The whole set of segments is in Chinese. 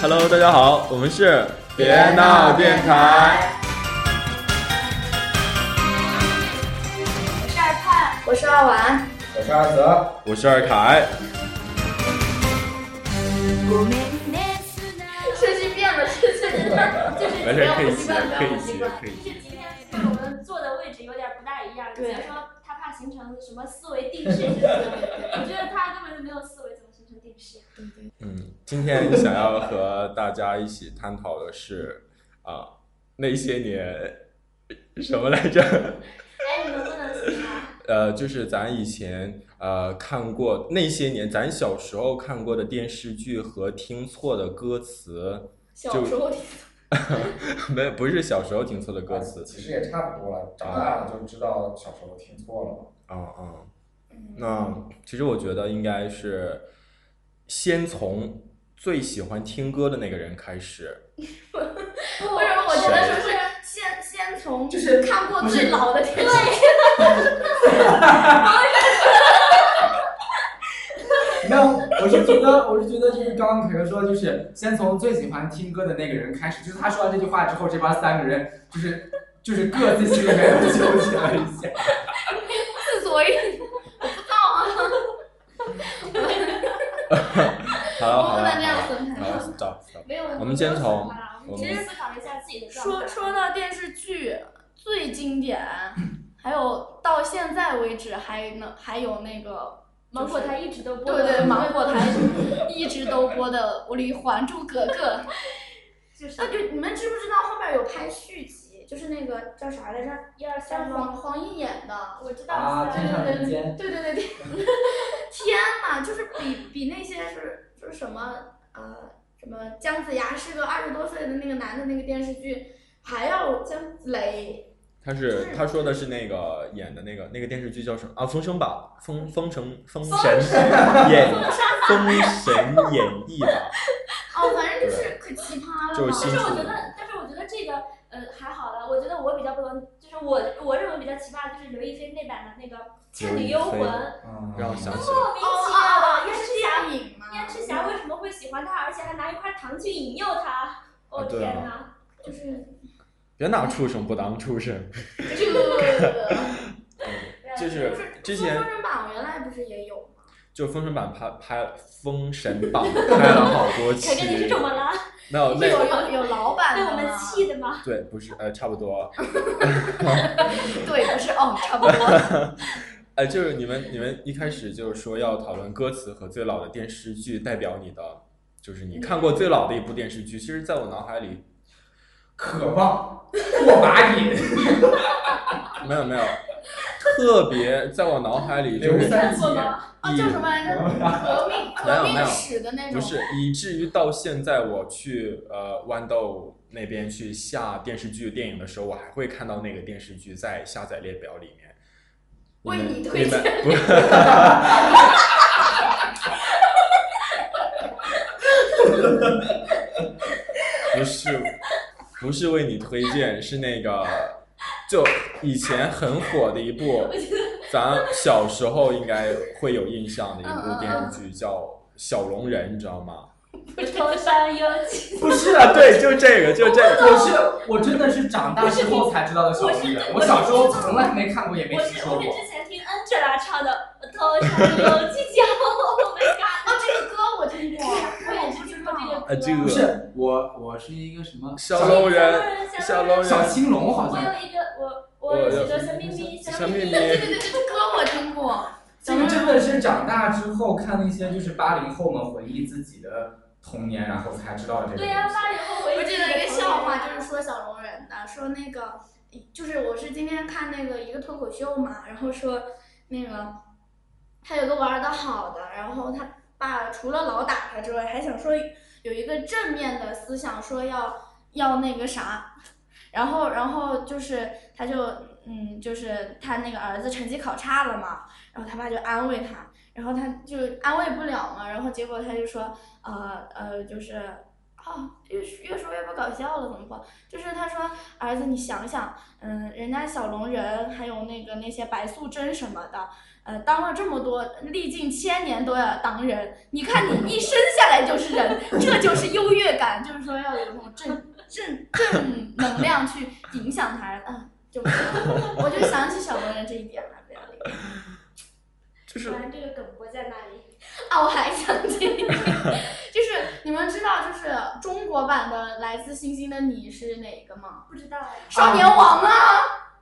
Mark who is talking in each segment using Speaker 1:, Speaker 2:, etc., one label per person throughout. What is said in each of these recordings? Speaker 1: Hello，大家好，我们是
Speaker 2: 别闹电台。
Speaker 3: 我是二盼，
Speaker 4: 我是二丸，
Speaker 2: 我是二泽，
Speaker 1: 我是二凯。
Speaker 4: 顺序变了，顺序变了，就是
Speaker 1: 没
Speaker 4: 不
Speaker 1: 事
Speaker 4: 要
Speaker 1: 可以
Speaker 4: 不习
Speaker 1: 接
Speaker 4: 惯，不
Speaker 1: 可
Speaker 4: 要
Speaker 1: 以
Speaker 4: 不习
Speaker 1: 接
Speaker 4: 惯。
Speaker 1: 可以接
Speaker 3: 是今天就是我们坐的位置有点不大一样，所以说他怕形成什么思维定式什么的，我觉得他根本就没有思维，怎么形成定式？
Speaker 1: 嗯，今天想要和大家一起探讨的是啊，那些年什么来着？
Speaker 3: 哎，你能不能行啊？
Speaker 1: 呃，就是咱以前呃看过那些年，咱小时候看过的电视剧和听错的歌词，
Speaker 4: 小时候听
Speaker 1: 没不是小时候听错的歌
Speaker 5: 哎
Speaker 1: 词，
Speaker 2: 其实也差不多了，长大
Speaker 5: 啊
Speaker 2: 了就知道小时候听错了嘛。
Speaker 1: 嗯嗯，那其实我觉得应该是先从最喜欢听歌的那个人开始。
Speaker 4: 不是，我觉得是不是先先从
Speaker 2: 就是
Speaker 4: 看过最老的电视剧，
Speaker 5: 没有，我是觉得，我是觉得就是刚刚可可说，就是先从最喜欢听歌的那个人开始，就是他说完这句话之后，这帮三个人就是就是各自心里面都纠结了一下。
Speaker 4: 之所以
Speaker 1: 好了好
Speaker 4: 不
Speaker 1: 了，
Speaker 4: 能这样
Speaker 1: 好了
Speaker 4: 分开
Speaker 1: 好了，stop stop。
Speaker 3: 没有，
Speaker 1: 我们先从
Speaker 3: 我们先思考一下自己的状
Speaker 6: 说
Speaker 3: 态。
Speaker 6: 说到电视剧最经典，还有到现在为止还能还有那个
Speaker 3: 芒果台一直都播
Speaker 6: 对对芒果台一直都播的《我的还珠格格》，
Speaker 3: 就是
Speaker 4: 那就你们知不知道后面有拍续集，就是那个叫啥来着？
Speaker 3: 一二
Speaker 4: 像
Speaker 3: 三
Speaker 4: 黄
Speaker 3: 吗？
Speaker 4: 黄奕演的。
Speaker 3: 我知道
Speaker 5: 啊，天上人间。
Speaker 4: 对对对对，天呐，就是比比那些是就是什么呃什么姜子牙是个二十多岁的那个男的那个电视剧还要姜雷
Speaker 1: 他是他说的是那个演的那个那个电视剧叫什么啊？《封神榜》《封封神封神演封神演义》吧？
Speaker 4: 哦，反正就是可奇葩了
Speaker 1: 就
Speaker 4: 嘛。
Speaker 1: 是新
Speaker 3: 但是我
Speaker 1: 出
Speaker 3: 觉
Speaker 1: 的
Speaker 3: 得，但是我觉得这个呃还好了。我觉得我比较不能，就是我我认为比较奇葩的就是刘亦菲那版的那个《倩女幽魂》，
Speaker 1: 刘亦
Speaker 3: 莫
Speaker 2: 嗯
Speaker 1: 让我想起
Speaker 3: 名
Speaker 4: 哦
Speaker 3: 其
Speaker 4: 哦
Speaker 3: 妙
Speaker 4: 哦，燕
Speaker 3: 的，燕赤
Speaker 4: 赤
Speaker 3: 霞
Speaker 4: 霞引嘛，
Speaker 3: 燕赤霞为什么会喜欢他，而且还拿一块糖去引诱他？我、
Speaker 1: 啊对啊
Speaker 3: 天哪！
Speaker 4: 就是
Speaker 1: 别拿畜生不当畜生。
Speaker 4: 这个
Speaker 1: 就
Speaker 4: 就是是
Speaker 1: 之前
Speaker 4: 封神榜原来不是也有吗？
Speaker 1: 就《封神榜》拍拍《封神榜》拍了好多期
Speaker 3: 凯哥，你是怎么了？
Speaker 1: 没有哦那
Speaker 6: 有有有老版
Speaker 3: 被
Speaker 6: 的
Speaker 3: 我们
Speaker 6: 吗
Speaker 3: 气的吗？
Speaker 1: 对不是呃差不多
Speaker 6: 对，不是哦，差 不多。
Speaker 1: 呃就是你们你们一开始就是说要讨论歌词和最老的电视剧代表你的，就是你看过最老的一部电视剧。其实，在我脑海里
Speaker 5: 渴望过把瘾，
Speaker 1: 没有没有，特别在我脑海里就
Speaker 5: 刘
Speaker 1: 是
Speaker 5: 三
Speaker 3: 看
Speaker 5: 姐
Speaker 3: 过，吗？
Speaker 6: 啊，叫什么来着？革命革
Speaker 1: 没有没有
Speaker 6: 命史的那种。
Speaker 1: 不是，以至于到现在我去呃豌豆那边去下电视剧、电影的时候，我还会看到那个电视剧在下载列表里面。
Speaker 4: 为
Speaker 1: 们
Speaker 4: 你推荐
Speaker 1: 们 不是不是不是为你推荐，是那个就以前很火的一部，咱小时候应该会有印象的一部电视剧叫《小龙人》，你知道吗？
Speaker 3: 头上有几？
Speaker 5: 不是，
Speaker 1: 啊，对，就这个，就这个。
Speaker 5: 我是我真的是长大之后才知道的小龙人，我小时候从来没看过也没
Speaker 3: 我
Speaker 5: 听
Speaker 3: 是我
Speaker 5: 说
Speaker 3: 是
Speaker 5: 过。
Speaker 3: 之前听 Angela 唱的《头上有犄 角》，Oh my god！
Speaker 4: 哦，这个歌我听过，我也
Speaker 3: 不
Speaker 4: 不
Speaker 3: 知
Speaker 4: 知
Speaker 3: 道
Speaker 4: 道。
Speaker 1: 呃，这
Speaker 5: 不
Speaker 1: 个
Speaker 5: 是我，我是一个什么
Speaker 1: 小龙人，小
Speaker 3: 小
Speaker 1: 龙
Speaker 3: 龙
Speaker 1: 人
Speaker 5: 小青龙好
Speaker 3: 我
Speaker 5: 像。
Speaker 3: 有一个我我有几个小秘密，
Speaker 1: 小
Speaker 3: 秘
Speaker 1: 秘密
Speaker 3: 密，，
Speaker 6: 对对对，这歌我听过。
Speaker 5: 这
Speaker 4: 嗯
Speaker 5: 个真的是长大之后看那些就是八零后们回忆自己的童年，然后才知道的这个。
Speaker 3: 对呀、八零后回忆
Speaker 4: 我记得一个笑话，就是是说小龙人的，说那个，就是我是今天看那个一个脱口秀嘛，然后说那个他有个玩的好的，然后他爸除了老打他之外，还想说有一个正面的思想，说要要那个啥，然后然后就是他就嗯，就是他那个儿子成绩考差了嘛，然后他爸就安慰他，然后他就安慰不了嘛，然后结果他就说呃呃就是。啊，越越说越不搞笑了，怎么办？就是他说儿子，你想想，嗯，人家小龙人还有那个那些白素贞什么的，呃，当了这么多，历尽千年都要当人，你看你一生下来就是人，这就是优越感，就是说要有那种正正正能量去影响他，啊，就没有我就想起小龙人这一点了，不要脸
Speaker 1: 就是
Speaker 3: 果然这个梗不在那里。
Speaker 4: 啊，我还想起 一个，就是你们知道，就是中国版的《来自星星的你》是哪个吗？
Speaker 3: 不知道哎，
Speaker 4: 少年王啊，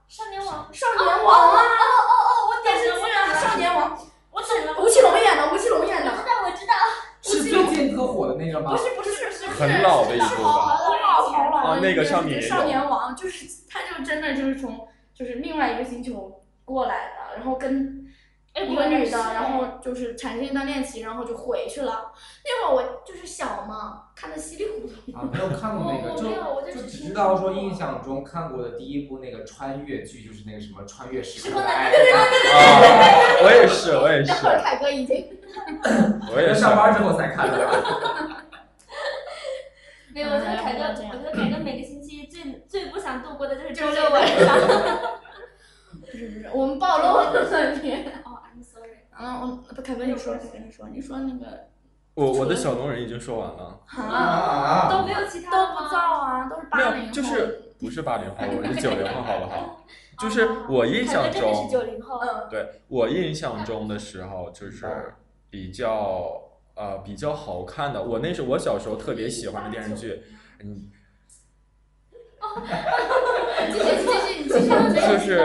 Speaker 3: 少年王，
Speaker 4: 少年王啊，
Speaker 3: 哦哦哦，我
Speaker 4: 电视
Speaker 3: 懂
Speaker 4: 剧
Speaker 3: 了，我懂
Speaker 4: 啊，
Speaker 3: 了，
Speaker 4: 少年王，
Speaker 3: 我懂了，
Speaker 4: 吴奇隆演的，吴奇隆演
Speaker 3: 我知
Speaker 4: 的，
Speaker 3: 道，我知道，
Speaker 5: 是最近特火的那个吗
Speaker 4: 不？是不是是
Speaker 1: 很老的一
Speaker 4: 是
Speaker 1: 部
Speaker 4: 好
Speaker 1: 吧
Speaker 4: 好老好老
Speaker 1: 啊
Speaker 4: 的
Speaker 1: 那个
Speaker 4: 电视
Speaker 1: 上
Speaker 4: 剧
Speaker 1: 面也
Speaker 4: 少
Speaker 1: 有
Speaker 4: 年王，就是他就真的就是从就是另外一个星球过来的，然后跟一个女的，然后就是产生一段恋情，然后就回去了。那会儿我就是小嘛，看的稀里糊涂。
Speaker 5: 啊，没有看过那个，
Speaker 4: 哦
Speaker 3: 我我没有我就
Speaker 5: 就
Speaker 3: 只
Speaker 5: 只
Speaker 3: 听
Speaker 5: 知道
Speaker 3: 说
Speaker 5: 说
Speaker 3: 过
Speaker 5: 印象中看过的第一部那个穿越剧，就是那个什么穿越时
Speaker 3: 时
Speaker 5: 空
Speaker 3: 空
Speaker 5: 的
Speaker 3: 的
Speaker 5: 爱
Speaker 3: 爱
Speaker 5: 人，
Speaker 1: 啊，我也是，我也是
Speaker 4: 那，会儿凯哥已经
Speaker 1: 我也
Speaker 5: 我
Speaker 1: 是。
Speaker 5: 上班之后才看的。
Speaker 3: 没有，我觉得凯哥，
Speaker 4: 嗯
Speaker 3: 我觉得凯哥每个星期最最不想度过的就是周
Speaker 4: 周
Speaker 3: 六
Speaker 4: 六
Speaker 3: 晚
Speaker 4: 晚
Speaker 3: 上。
Speaker 4: 不是不是，我们暴露了你。
Speaker 3: 哦，I'm sorry。
Speaker 4: 嗯，我不，凯哥你说，凯哥你说，你说那个
Speaker 1: 我我的小龙人已经说完了，
Speaker 4: 啊
Speaker 5: 啊
Speaker 3: 都没有其他
Speaker 4: 都
Speaker 3: 的
Speaker 4: 不
Speaker 3: 吗
Speaker 4: 造啊，都是八
Speaker 1: 没
Speaker 4: 零
Speaker 1: 有
Speaker 4: 后。
Speaker 1: 就是不是八零后，我是九零后，好不好？ 就是我印
Speaker 3: 凯哥
Speaker 1: 象
Speaker 3: 真的是
Speaker 1: 中，
Speaker 3: 九零后，
Speaker 4: 嗯，
Speaker 1: 对我印象中的时候，
Speaker 5: 嗯
Speaker 1: 就是比较呃比较好看的。我那是我小时候特别喜欢的电视剧，嗯，
Speaker 4: 继续继续继续，
Speaker 1: 就是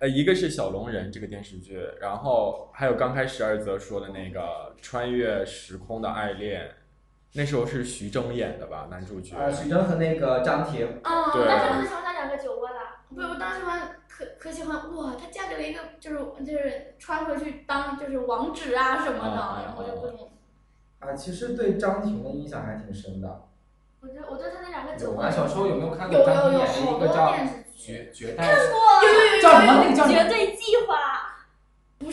Speaker 1: 呃一个是小龙人这个电视剧，然后还有刚开始二泽说的那个穿越时空的爱恋，那时候是徐峥演的吧，男主角。
Speaker 5: 呃，徐峥和那个张庭，
Speaker 4: 嗯，
Speaker 1: 对
Speaker 3: 但是
Speaker 4: 但
Speaker 3: 不
Speaker 4: 是
Speaker 3: 是喜欢哦那两个酒窝啦？
Speaker 4: 不，我当时还可可喜欢哇，她嫁给了一个就是就是穿回去当就是王子啊什么
Speaker 1: 啊啊啊
Speaker 4: 的，然后就各种
Speaker 7: 啊，其实对张庭的印象还挺深的。
Speaker 3: 我觉得我对他那两个酒
Speaker 5: 我
Speaker 3: 窝
Speaker 5: 们小时候有没有看
Speaker 4: 有
Speaker 5: 过张
Speaker 4: 有
Speaker 5: 庭演
Speaker 4: 有
Speaker 5: 的
Speaker 4: 好
Speaker 5: 一
Speaker 4: 多
Speaker 5: 个叫
Speaker 4: 电视
Speaker 5: 《
Speaker 4: 剧，
Speaker 5: 绝绝代》？
Speaker 4: 有有有
Speaker 5: 叫什
Speaker 4: 有
Speaker 5: 么？
Speaker 4: 有
Speaker 5: 那个叫什
Speaker 3: 绝
Speaker 5: 么？
Speaker 3: 对计划，
Speaker 4: 不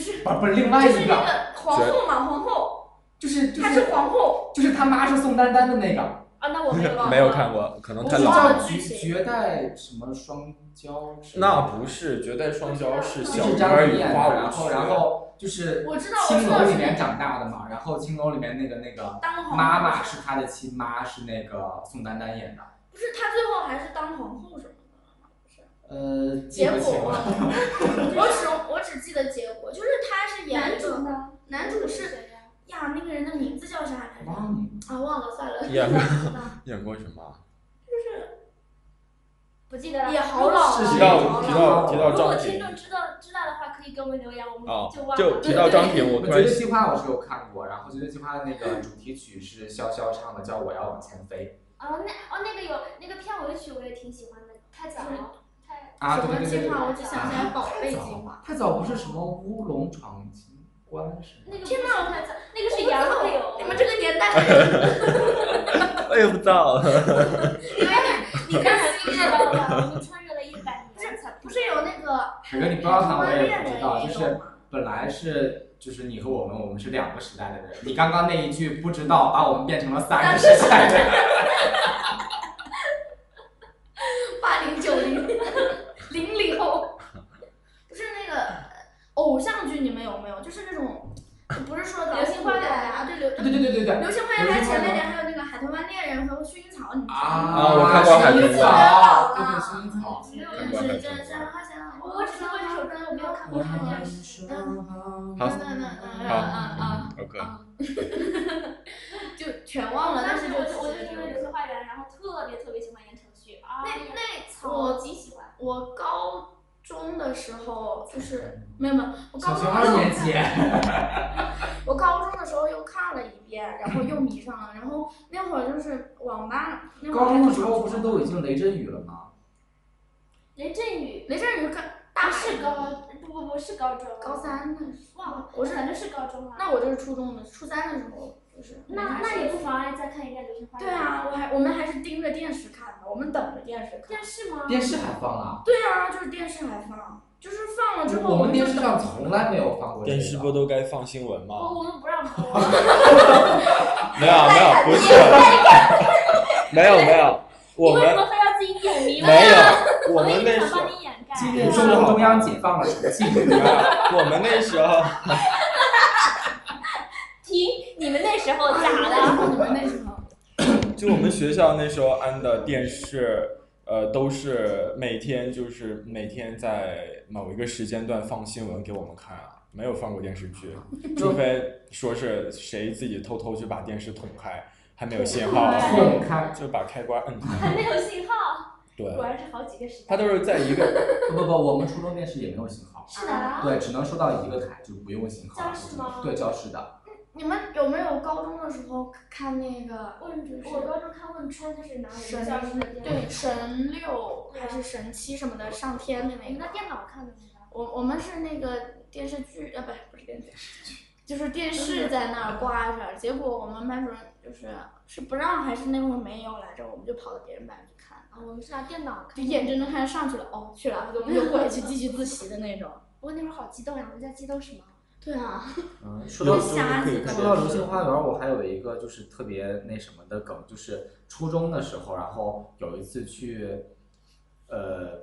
Speaker 4: 是，
Speaker 5: 不不是另外
Speaker 4: 就是
Speaker 5: 一
Speaker 4: 那
Speaker 5: 个，
Speaker 4: 个皇后嘛，皇后，
Speaker 5: 就是就
Speaker 4: 她是
Speaker 5: 是
Speaker 4: 皇后，
Speaker 5: 就是他妈是宋丹丹的那个，
Speaker 3: 啊，那我没忘了。
Speaker 1: 没有看过，可能
Speaker 5: 就
Speaker 1: 太
Speaker 5: 是
Speaker 1: 老
Speaker 4: 忘
Speaker 1: 了。
Speaker 5: 叫
Speaker 4: 了
Speaker 5: 《
Speaker 4: 剧
Speaker 5: 绝
Speaker 4: 情
Speaker 5: 绝代》什么双骄之类的？
Speaker 1: 那不是绝代双骄，是
Speaker 5: 就
Speaker 1: 小
Speaker 5: 是
Speaker 1: 鱼
Speaker 5: 张
Speaker 1: 儿
Speaker 5: 庭
Speaker 1: 与
Speaker 5: 演的，
Speaker 1: 花
Speaker 5: 然
Speaker 1: 无
Speaker 5: 后
Speaker 1: 缺。
Speaker 5: 然后就是
Speaker 4: 我知道我
Speaker 5: 青
Speaker 4: 知道
Speaker 5: 楼里
Speaker 4: 是
Speaker 5: 面长大的嘛，然后青楼里面那个那个
Speaker 4: 当皇后
Speaker 5: 妈妈是他的亲妈，是那个宋丹丹演的。
Speaker 4: 不是她最后还是当皇后什么的了吗？不是，
Speaker 5: 呃，记
Speaker 4: 结
Speaker 5: 不清
Speaker 4: 果
Speaker 5: 了。
Speaker 4: 我只我只记得结果，就是她是演
Speaker 3: 男
Speaker 4: 一
Speaker 3: 主
Speaker 4: 个
Speaker 3: 呢？
Speaker 4: 男主是呀，那个人的名字叫啥来 着？
Speaker 5: 忘了，
Speaker 4: 啊，忘了，算了。
Speaker 1: 演过
Speaker 4: 不知道
Speaker 1: 演过什么？
Speaker 3: 不记得了。
Speaker 4: 也好老
Speaker 5: 是
Speaker 4: 了，
Speaker 1: 提
Speaker 5: 谁
Speaker 4: 也好
Speaker 1: 到
Speaker 4: 老
Speaker 1: 提到提到
Speaker 4: 了
Speaker 3: 如果
Speaker 1: 张
Speaker 3: 听
Speaker 1: 庭
Speaker 3: 众知道知道的话，可以给我们留言，我们
Speaker 1: 啊
Speaker 3: 就忘，
Speaker 1: 就
Speaker 3: 了。
Speaker 1: 提到张庭，我
Speaker 5: 《
Speaker 1: 突
Speaker 5: 绝
Speaker 1: 然
Speaker 5: 对计划》我是有看过，然后《绝对计划》的那个主题曲是潇潇唱的，叫《我要往前飞
Speaker 3: 哦，那哦那个有那个片尾曲，我也挺喜欢的，太早了，太》
Speaker 5: 啊，
Speaker 4: 什
Speaker 5: 对
Speaker 4: 么
Speaker 5: 对对
Speaker 4: 计
Speaker 5: 对
Speaker 4: 划？我只想起来宝贝计划。
Speaker 5: 啊太早不是什么乌龙闯金关什么
Speaker 3: 那个
Speaker 4: 天
Speaker 3: 哪，太早，那个是杨
Speaker 4: 我
Speaker 3: 柳
Speaker 4: 不知道，你们这个年代 的人，
Speaker 1: 哎不到了。
Speaker 3: 你看还是知道吧？我们穿越了一百年才
Speaker 4: 不是有那个
Speaker 5: 凯哥，你不
Speaker 4: 台
Speaker 5: 要喊
Speaker 4: 湾
Speaker 5: 我
Speaker 4: 恋
Speaker 5: 也不知道，
Speaker 4: 人
Speaker 5: 就
Speaker 4: 也
Speaker 5: 是
Speaker 4: 有吗？
Speaker 5: 本来是就是你和我们，我们是两个时代的人。你刚刚那一句不知道，把我们变成了
Speaker 4: 啊
Speaker 5: 三个时代的人。
Speaker 4: 八零九零零零后，不是那个偶像剧，你们有没有？就是那种，不是说
Speaker 3: 流星花园
Speaker 4: 啊，对流
Speaker 5: 对对对对对。
Speaker 4: 流星花园还前面点还有那个海豚湾恋人和薰衣草，你们知道吗？
Speaker 1: 啊我看过海豚
Speaker 5: 薰衣
Speaker 4: 啊
Speaker 5: 草，对对，薰衣草。
Speaker 3: 没有
Speaker 4: 真
Speaker 1: 看过
Speaker 4: 是
Speaker 1: 海
Speaker 4: 真
Speaker 1: 豚
Speaker 4: 是花香，
Speaker 3: 我只听过这首歌，我
Speaker 4: 啊
Speaker 3: 没有看过看电视。
Speaker 1: 好
Speaker 4: 嗯嗯
Speaker 5: 啊
Speaker 4: 嗯嗯
Speaker 1: 好
Speaker 4: 嗯嗯
Speaker 1: OK，
Speaker 4: 嗯，就全忘了，
Speaker 3: 当
Speaker 4: 但
Speaker 3: 时
Speaker 4: 是就
Speaker 3: 我就我就
Speaker 4: 记得
Speaker 3: 因为《
Speaker 4: 这首歌
Speaker 3: 流星花园》，然后特别特别喜欢言承旭啊，
Speaker 4: 那那
Speaker 3: 超
Speaker 4: 哦我
Speaker 3: 级喜欢。
Speaker 4: 我高中的时候就是没有没有，我高
Speaker 5: 小学
Speaker 4: 中
Speaker 5: 二年级，
Speaker 4: 我高中的时候又看了一遍，然后又迷上了，然后那会儿就是网吧，那会儿
Speaker 5: 高中的时候不是都已经雷震宇了吗？
Speaker 3: 雷震宇
Speaker 4: 雷震宇看大
Speaker 3: 不
Speaker 4: 概
Speaker 3: 是高，不不不是高中，
Speaker 4: 高三的时
Speaker 3: 忘了，
Speaker 4: 候，我是
Speaker 3: 反正是高中了。啊
Speaker 4: 那我就是初中的初三的时候就是
Speaker 3: 那那也不妨碍再看一遍《流星花园
Speaker 4: 对》。啊，我还我们还是盯着电视看的，我们等着电视看
Speaker 3: 电。视吗？
Speaker 5: 电视还放了，
Speaker 4: 对啊，就是电视还放，就是放了之后
Speaker 5: 我们
Speaker 4: 就
Speaker 5: 电视
Speaker 4: 等
Speaker 5: 上从来没有放过这个。
Speaker 1: 电视不都该放新闻
Speaker 3: 我
Speaker 1: 吗？
Speaker 3: 我们不让播。
Speaker 1: 没有没有，不是，没有没有，我
Speaker 3: 你为
Speaker 1: 们
Speaker 3: 什么非要自己点名呢？
Speaker 1: 没有，我
Speaker 3: 我
Speaker 1: 们
Speaker 3: 一直
Speaker 1: 那
Speaker 3: 想
Speaker 1: 时候
Speaker 3: 帮你掩盖。
Speaker 5: 今日中共中央解放了重庆，对吧？
Speaker 1: 我们那时候
Speaker 3: 停，你们那时 候咋了？
Speaker 6: 你们那时候
Speaker 1: 就我们学校那时候安的电视，呃，都是每天就是每天在某一个时间段放新闻给我们看啊，没有放过电视剧，除非说是谁自己偷偷去把电视捅开，还没有信号的时候，
Speaker 5: 我看
Speaker 1: 就把开关摁 开。
Speaker 3: 还没有信号，
Speaker 1: 对，
Speaker 3: 果然是好几个时代
Speaker 1: 它。都是在一个
Speaker 5: 不不不，我们初中电视也没有信号，
Speaker 3: 是的，啊
Speaker 5: 对，只能收到一个台，就不用信号。
Speaker 3: 教室吗
Speaker 5: 对，教室的。
Speaker 4: 你们有没有高中的时候看那个
Speaker 3: 汶
Speaker 4: 就是
Speaker 3: 我高中看汶川，就是拿我们
Speaker 4: 神
Speaker 3: 教室的电脑，嗯
Speaker 4: 对神六还是神七什么的上天的
Speaker 3: 你
Speaker 4: 那
Speaker 3: 们
Speaker 4: 个
Speaker 3: 的？电脑看的那
Speaker 4: 我我们是那个电视剧，呃，不是不是电视剧，就是电视在那儿挂着，结果我们班主任就是是不让还是那会儿没有来着，我们就跑到别人班去看，
Speaker 3: 个，啊，我们是拿电脑
Speaker 4: 就
Speaker 3: 看。
Speaker 4: 眼睁睁看上去了，哦去了，我们就过去继续自习的那种。
Speaker 3: 我那会儿好激动啊呀！我在激动什么？
Speaker 4: 对啊，
Speaker 5: 嗯，说
Speaker 1: 有
Speaker 5: 到
Speaker 1: 时候就可以看
Speaker 5: 说到
Speaker 1: 电
Speaker 5: 流
Speaker 1: 视
Speaker 5: 星。花园，我还有一个就是特别那什么的梗，就是初中的时候，然后有一次去，呃，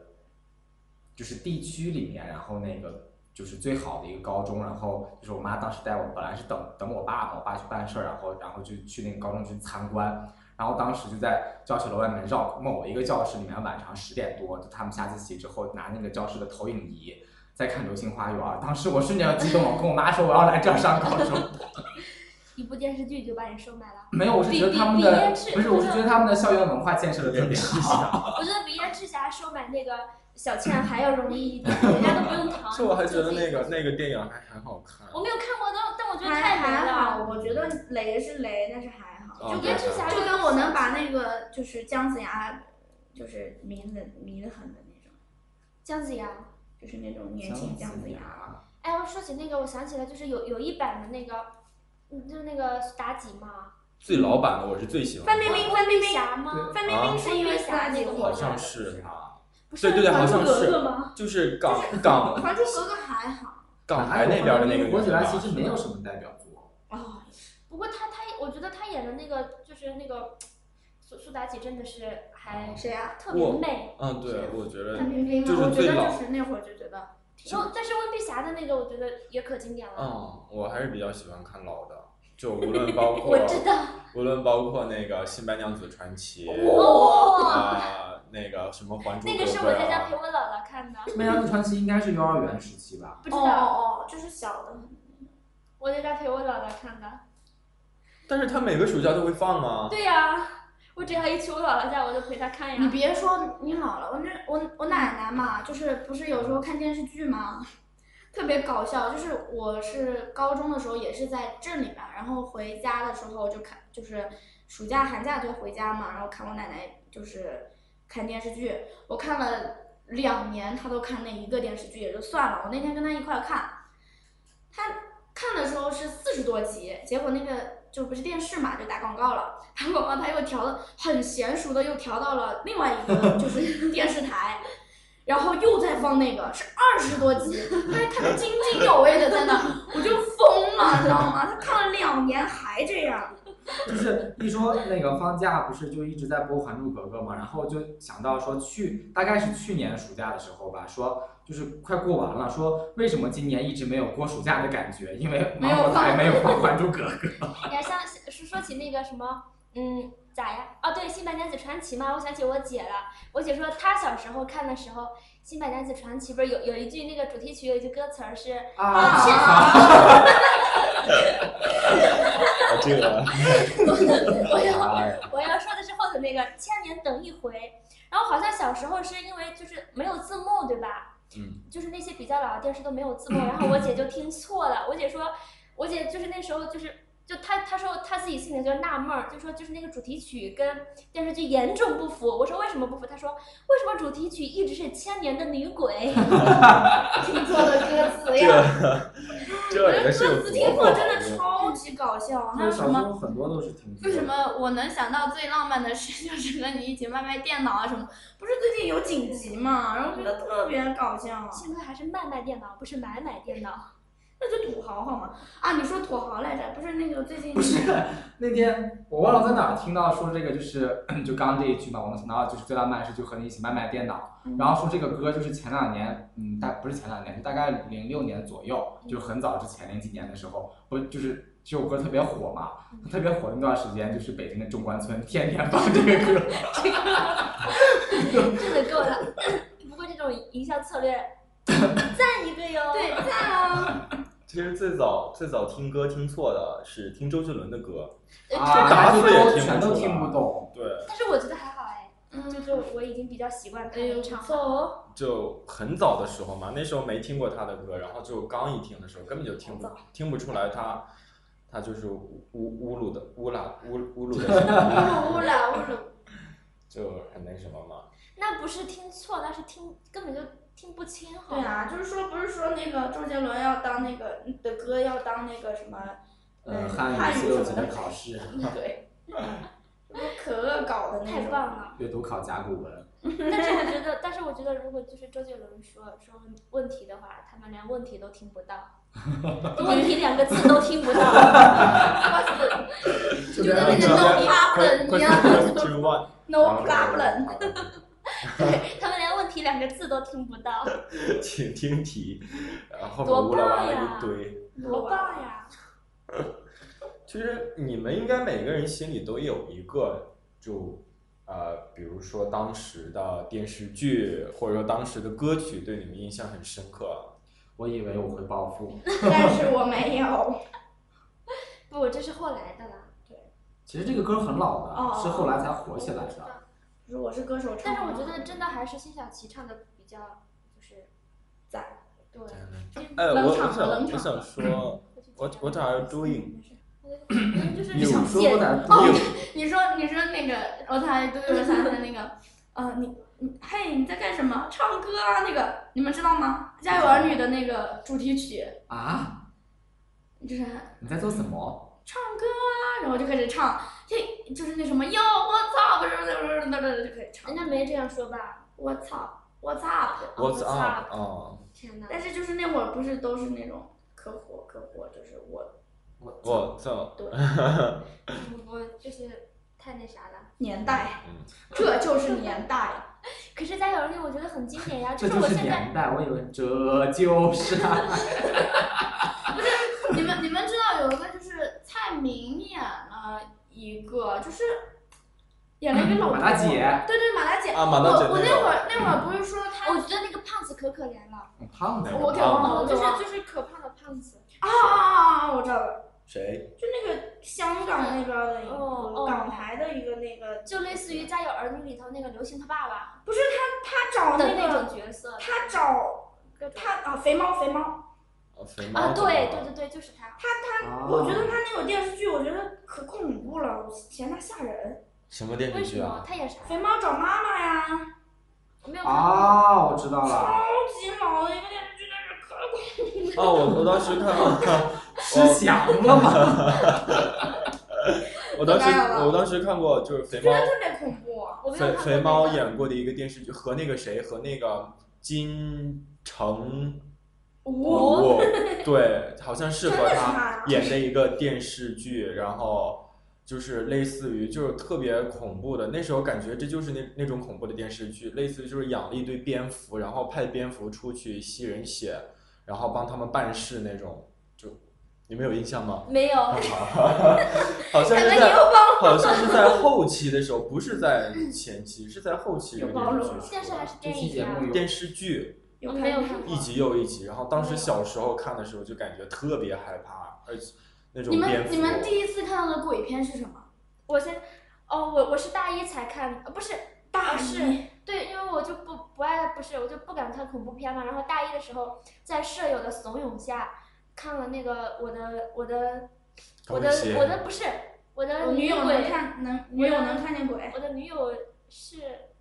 Speaker 5: 就是地区里面，然后那个就是最好的一个高中，然后就是我妈当时带我，本来是等等我爸嘛，我爸去办事儿，然后然后就去那个高中去参观，然后当时就在教学楼外面绕某一个教室里面，晚上十点多，就他们下自习之后拿那个教室的投影仪。在看《流星花园》，啊当时我瞬间要激动了，我跟我妈说我要来这儿上高中。
Speaker 3: 一部电视剧就把你收买了。
Speaker 5: 没有，我是觉得他们
Speaker 3: 比比
Speaker 5: 的
Speaker 3: 烟翅
Speaker 5: 不是，我是觉得他们的校园文化建设的特别 好。
Speaker 3: 我觉得比燕赤霞收买那个小倩还要容易一 点，人家都不用糖。
Speaker 1: 就我还觉得那
Speaker 3: 就
Speaker 1: 个
Speaker 3: 自己
Speaker 1: 那个电影还很好看，
Speaker 3: 我没有看过，但但我觉得
Speaker 4: 还
Speaker 3: 太美
Speaker 4: 还好，
Speaker 3: 了。
Speaker 4: 我觉得雷是雷，但是还好。
Speaker 1: 啊
Speaker 4: 就
Speaker 1: 对
Speaker 4: 跟
Speaker 3: 燕赤霞
Speaker 4: 就跟我能把那个就是姜子牙，就是迷的迷得很的那种，
Speaker 3: 姜子牙。
Speaker 4: 就是那种
Speaker 1: 啊
Speaker 4: 年轻姜子牙。
Speaker 3: 哎，我说起那个，我想起来，就是有有一版的那个，嗯就是那个妲己嘛，
Speaker 1: 最老版的我是最喜欢的。
Speaker 4: 范冰冰，范冰冰，
Speaker 3: 侠
Speaker 4: 啊
Speaker 3: 吗？
Speaker 4: 范冰冰是因为妲己火
Speaker 1: 好
Speaker 4: 的。
Speaker 1: 像是，
Speaker 5: 啊，
Speaker 3: 不是
Speaker 1: 对对对，好
Speaker 3: 还
Speaker 1: 像
Speaker 3: 格格
Speaker 1: 是，
Speaker 3: 吗？
Speaker 1: 就是港港
Speaker 4: 还珠格格还好。
Speaker 1: 港台那边的那个人
Speaker 5: 火起来
Speaker 1: 吧
Speaker 5: 其实没有什么代表作，
Speaker 4: 哦，
Speaker 3: 不过他他，我觉得他演的那个就是那个苏苏妲己真的是还
Speaker 4: 谁啊呀、
Speaker 3: 特别美。
Speaker 1: 嗯，对，我觉得
Speaker 4: 范冰冰吗？
Speaker 1: 就是
Speaker 4: 我觉
Speaker 1: 最
Speaker 4: 得
Speaker 1: 老
Speaker 4: 就是那会儿就觉得，
Speaker 3: 然后但是温碧霞的那个，我觉得也可经典了。
Speaker 1: 嗯，我还是比较喜欢看老的，就无论包
Speaker 4: 哦
Speaker 1: 括
Speaker 3: 我知道，
Speaker 1: 无论包括那个《新白娘子传奇》
Speaker 3: 哦，
Speaker 1: 啊，那个什么《还珠
Speaker 3: 那个
Speaker 1: 格
Speaker 3: 是
Speaker 1: 格
Speaker 3: 我》在家
Speaker 1: 啊
Speaker 3: 陪，我姥姥看的，
Speaker 5: 《梅兰竹传奇》应该是幼儿园时期吧？
Speaker 3: 不知
Speaker 4: 哦
Speaker 3: 道，
Speaker 4: 哦哦，就是小的。哦
Speaker 3: 我在家陪我姥姥看的。
Speaker 1: 但是他每个暑假都会放啊。
Speaker 3: 对呀，我只要一去我姥姥家，我就陪她看呀。
Speaker 4: 你别说你老了，我那我我奶奶嘛，就是不是有时候看电视剧嘛，特别搞笑。就是我是高中的时候也是在镇里边儿，然后回家的时候就看，就是暑假寒假就回家嘛，然后看我奶奶就是看电视剧，我看了两年，她都看那一个电视剧也就算了，我那天跟她一块儿看，她看的时候是四十多集，结果那个就不是电视嘛，就打广告了，打广告他又调的很娴熟的又调到了另外一个就是电视台，然后又再放那个是二十多集，他看的津津有味的在那，我就疯了，你知道吗？他看了两年还这样，
Speaker 5: 就是一说那个放假，不是就一直在播《还珠格格》嘛，然后就想到说去，大概是去年暑假的时候吧，说就是快过完了，说为什么今年一直没有过暑假的感觉？因为
Speaker 4: 没有
Speaker 5: 芒果台
Speaker 4: 放
Speaker 5: 没有放《还珠格格》。
Speaker 3: 呀，像是说起那个什么，嗯，咋呀？哦，对，《新白娘子传奇》嘛，我想起我姐了。我姐说她小时候看的时候，《新白娘子传奇》不是有有一句那个主题曲有一句歌词儿是
Speaker 5: 啊，
Speaker 1: 啊，这 个
Speaker 3: 我要我要说的是后头那个千年等一回。然后好像小时候是因为就是没有字幕，对吧？
Speaker 1: 嗯，
Speaker 3: 就是那些比较老的电视都没有 字幕，然后我姐就听错了。我姐说，我姐就是那时候就是。就她她说她自己心里就纳闷儿，就说就是那个主题曲跟电视剧严重不符。我说为什么不符？她说为什么主题曲一直是千年的女 鬼？
Speaker 4: 听错的歌词
Speaker 1: 这
Speaker 4: 呀，
Speaker 1: 个
Speaker 4: 我
Speaker 1: 这
Speaker 4: 觉
Speaker 1: 也
Speaker 4: 得
Speaker 1: 是有
Speaker 4: 歌词听
Speaker 1: 多
Speaker 4: 错
Speaker 1: 不
Speaker 4: 真
Speaker 1: 好
Speaker 4: 的
Speaker 1: 用。
Speaker 4: 超级搞笑，还
Speaker 5: 就
Speaker 4: 有
Speaker 5: 是
Speaker 4: 什
Speaker 5: 小时候
Speaker 4: 么？
Speaker 5: 很多都是挺多的
Speaker 4: 为什么我能想到最浪漫的事就是和你一起卖卖电脑啊什么？不是最近有紧急嘛，然后觉得特别搞笑。啊
Speaker 3: 幸亏还是卖卖电脑，不是买买电脑。
Speaker 4: 那就土豪好吗？啊，你说土豪来着？不是那个最近
Speaker 5: 不是 那天我忘了在哪儿听到说这个就是 就刚刚这一句嘛，我们想到就是最浪漫是就和你一起卖卖电脑，
Speaker 4: 嗯
Speaker 5: 然后说这个歌就是前两年，嗯，大不是前两年，就大概零六年左右，就很早之前零几年的时候，不就是这首歌特别火嘛，
Speaker 4: 嗯
Speaker 5: 特别火那段时间就是北京的中关村天天放这个 歌，
Speaker 3: 这个够了。 不过这种营销策略， 赞一个哟。
Speaker 4: 对，赞啊！
Speaker 8: 其实最早最早听歌听错的是听周杰伦的歌，
Speaker 5: 啊，
Speaker 1: 打
Speaker 5: 就
Speaker 1: 死也
Speaker 5: 都
Speaker 1: 听不
Speaker 5: 全
Speaker 1: 出
Speaker 5: 都
Speaker 1: 来
Speaker 5: 听不懂，
Speaker 1: 对，
Speaker 3: 但是我觉得还好哎，
Speaker 4: 嗯
Speaker 3: 就是我已经比较习惯
Speaker 4: 哎
Speaker 3: 看
Speaker 4: 呦，
Speaker 3: 演
Speaker 4: 不
Speaker 3: 唱
Speaker 4: 错哦。
Speaker 1: 就很早的时候嘛，那时候没听过他的歌，然后就刚一听的时候根本就听不听不出来他他就是乌乌鲁的乌拉乌乌 鲁的声
Speaker 4: 乌
Speaker 1: 音，
Speaker 4: 鲁乌啦乌 鲁，
Speaker 1: 就很那什么嘛。
Speaker 3: 那不是听错，那是听根本就听不清，好
Speaker 4: 对
Speaker 3: 吗？
Speaker 4: 啊，就是说不是说那个周杰伦要当那个的歌要当那个什么，
Speaker 5: 嗯，
Speaker 4: 嗯
Speaker 5: 汉
Speaker 4: 汉
Speaker 5: 语
Speaker 4: 语
Speaker 5: 四六级
Speaker 4: 什么
Speaker 5: 的
Speaker 4: 的
Speaker 5: 考试，
Speaker 4: 对，可乐搞的那种。
Speaker 3: 太棒 了！
Speaker 5: 阅读考甲骨文，
Speaker 3: 但是我觉得，但是我觉得，如果就是周杰伦说说问题的话，他们连问题都听不 到，问题两个字都听不到。
Speaker 4: 就跟那个 no problem 一样
Speaker 1: Two one，
Speaker 4: ，no problem。
Speaker 3: 对他们连问题两个字都听不 到，
Speaker 1: 请听题，然后面
Speaker 3: 多
Speaker 1: 乌拉哇
Speaker 3: 棒
Speaker 1: 啦
Speaker 3: 呀
Speaker 1: 一堆。
Speaker 3: 多棒呀！
Speaker 1: 其实你们应该每个人心里都有一个，就呃，比如说当时的电视剧，或者说当时的歌曲，对你们印象很深刻。
Speaker 5: 我以为我会暴富，
Speaker 4: 但是我没有。
Speaker 3: 不，这是后来的啦。
Speaker 5: 其实这个歌很老的，
Speaker 4: 哦
Speaker 5: 是后来才火起来的。
Speaker 4: 就是我是歌手唱
Speaker 3: 但
Speaker 4: 的
Speaker 3: 是
Speaker 4: 吗，
Speaker 3: 我觉得真的还是辛晓琪唱的比较就是
Speaker 4: 赞。
Speaker 3: 对，啊
Speaker 1: 哎，我
Speaker 4: 冷
Speaker 1: 我
Speaker 4: 场啊
Speaker 1: 想
Speaker 4: 冷
Speaker 1: 我
Speaker 4: 场
Speaker 1: 想说，What What are you doing？
Speaker 4: 就是
Speaker 5: 你想说
Speaker 4: 姐
Speaker 5: 我哪
Speaker 4: 哦，你说你说那个，我才对我想起来那个，呃，你你嘿你在干什么？唱歌啊，那个你们知道吗？《家有儿女》的那个主题曲，
Speaker 5: 啊？
Speaker 4: 就是
Speaker 5: 你在做什么？
Speaker 4: 唱歌啊，然后就开始唱，嘿，就是那什么哟，我操，不是不是不是不是不是就开始唱
Speaker 3: 人，家没这样说吧？
Speaker 4: 我操，What's up？
Speaker 1: What's
Speaker 3: up？
Speaker 1: up？啊
Speaker 3: 天哪！
Speaker 4: 但是就是那会儿不是都是那种可火可火，就是我
Speaker 1: ，What's up？
Speaker 4: 对
Speaker 3: 不不不，就是太那啥了。
Speaker 4: 年代
Speaker 1: 嗯，
Speaker 4: 这就是年代，
Speaker 3: 可是《家有儿女》我觉得很经典 呀，
Speaker 5: 这
Speaker 3: 是
Speaker 5: 就
Speaker 3: 我
Speaker 5: 是
Speaker 3: 现在
Speaker 5: 年代，我以为这就是啊。
Speaker 4: 你们你们知道有一个就是蔡明演了一个就是演了一个老头
Speaker 5: 马大姐，
Speaker 4: 对对马大姐
Speaker 1: 啊马大姐
Speaker 4: 我我
Speaker 1: 那
Speaker 4: 那
Speaker 1: 个
Speaker 4: 会儿那会儿不是说他
Speaker 3: 我觉得那个胖子可可怜了，
Speaker 5: 嗯胖子，
Speaker 4: 我给忘了，我
Speaker 3: 就
Speaker 4: 哦就是是
Speaker 3: 就是可胖的胖子。
Speaker 4: 啊啊啊啊！我知道了，
Speaker 1: 谁？
Speaker 4: 就那个香港那边的一个、
Speaker 3: 哦哦
Speaker 4: 港台的一个那个，
Speaker 3: 就类似于《家有儿女》里头那个刘星他爸爸
Speaker 4: 不是他他找
Speaker 3: 的
Speaker 4: 那
Speaker 3: 那
Speaker 4: 个
Speaker 3: 种角色，
Speaker 4: 他找
Speaker 3: 各种
Speaker 4: 他啊肥猫肥猫。
Speaker 1: 啊肥猫
Speaker 3: 啊，对
Speaker 1: 怎
Speaker 3: 对
Speaker 1: 么了
Speaker 3: 对对，就是他。
Speaker 1: 哦
Speaker 5: 啊
Speaker 4: 我觉得他那个电视剧，我觉得可恐怖了，我嫌他吓人。
Speaker 1: 什么电
Speaker 3: 为
Speaker 1: 视
Speaker 3: 什
Speaker 1: 剧
Speaker 3: 么
Speaker 1: 啊？
Speaker 3: 他演啥？
Speaker 4: 肥猫找妈妈呀，
Speaker 3: 我没有看过。
Speaker 5: 啊，我知道了，
Speaker 4: 超级老的一个电视剧，但是可恐怖。
Speaker 1: 啊，我我当时看过，
Speaker 5: 吃翔了吗？
Speaker 1: 我当时
Speaker 4: 明白了
Speaker 1: 我当时看过，就是肥
Speaker 4: 真
Speaker 1: 猫
Speaker 4: 的特别恐怖。啊
Speaker 3: 我没
Speaker 1: 肥
Speaker 3: 有看过
Speaker 1: 肥
Speaker 3: 那
Speaker 1: 猫
Speaker 3: 个
Speaker 1: 演过的一个电视剧，和那个谁，和那个金城
Speaker 4: 我
Speaker 1: 武，对，好像是和
Speaker 4: 真的是
Speaker 1: 他
Speaker 4: 他
Speaker 1: 演的一个电视剧，然后就是类似于就是特别恐怖的，那时候感觉这就是那那种恐怖的电视剧，类似于就是养了一堆蝙蝠，然后派蝙蝠出去吸人血，然后帮他们办事那种，就你们有印象吗？
Speaker 3: 没有，
Speaker 1: 好像是
Speaker 4: 感觉你
Speaker 1: 在
Speaker 4: 又忘了。
Speaker 1: 好像是在后期的时候，不是在前期，是在后期的
Speaker 4: 有
Speaker 1: 电
Speaker 4: 暴
Speaker 1: 视
Speaker 4: 露
Speaker 1: 剧
Speaker 4: 了
Speaker 1: 出
Speaker 3: 但是
Speaker 1: 的
Speaker 3: 还是
Speaker 5: 这
Speaker 3: 电
Speaker 5: 期
Speaker 3: 影啊
Speaker 5: 节
Speaker 3: 呀。
Speaker 5: 目有
Speaker 1: 电视剧
Speaker 3: 我没有
Speaker 4: 看
Speaker 3: 看过
Speaker 1: 一集又一集，然后当时小时候看的时候就感觉特别害怕，而且那种
Speaker 4: 你
Speaker 1: 蝙
Speaker 4: 们
Speaker 1: 蝠
Speaker 4: 你们第一次看到的鬼片是什么？
Speaker 3: 我先，哦，我我是大一才看，呃不是
Speaker 4: 大
Speaker 3: 是
Speaker 4: 一
Speaker 3: 对，因为我就不不爱，不是我就不敢看恐怖片嘛。然后大一的时候，在舍友的怂恿下，看了那个我的我的
Speaker 1: 高
Speaker 3: 我
Speaker 1: 跟
Speaker 3: 的
Speaker 1: 鞋
Speaker 3: 我的不是我的
Speaker 4: 我哦女友能
Speaker 3: 鬼，
Speaker 4: 看能女友能看见鬼，
Speaker 3: 我的女友是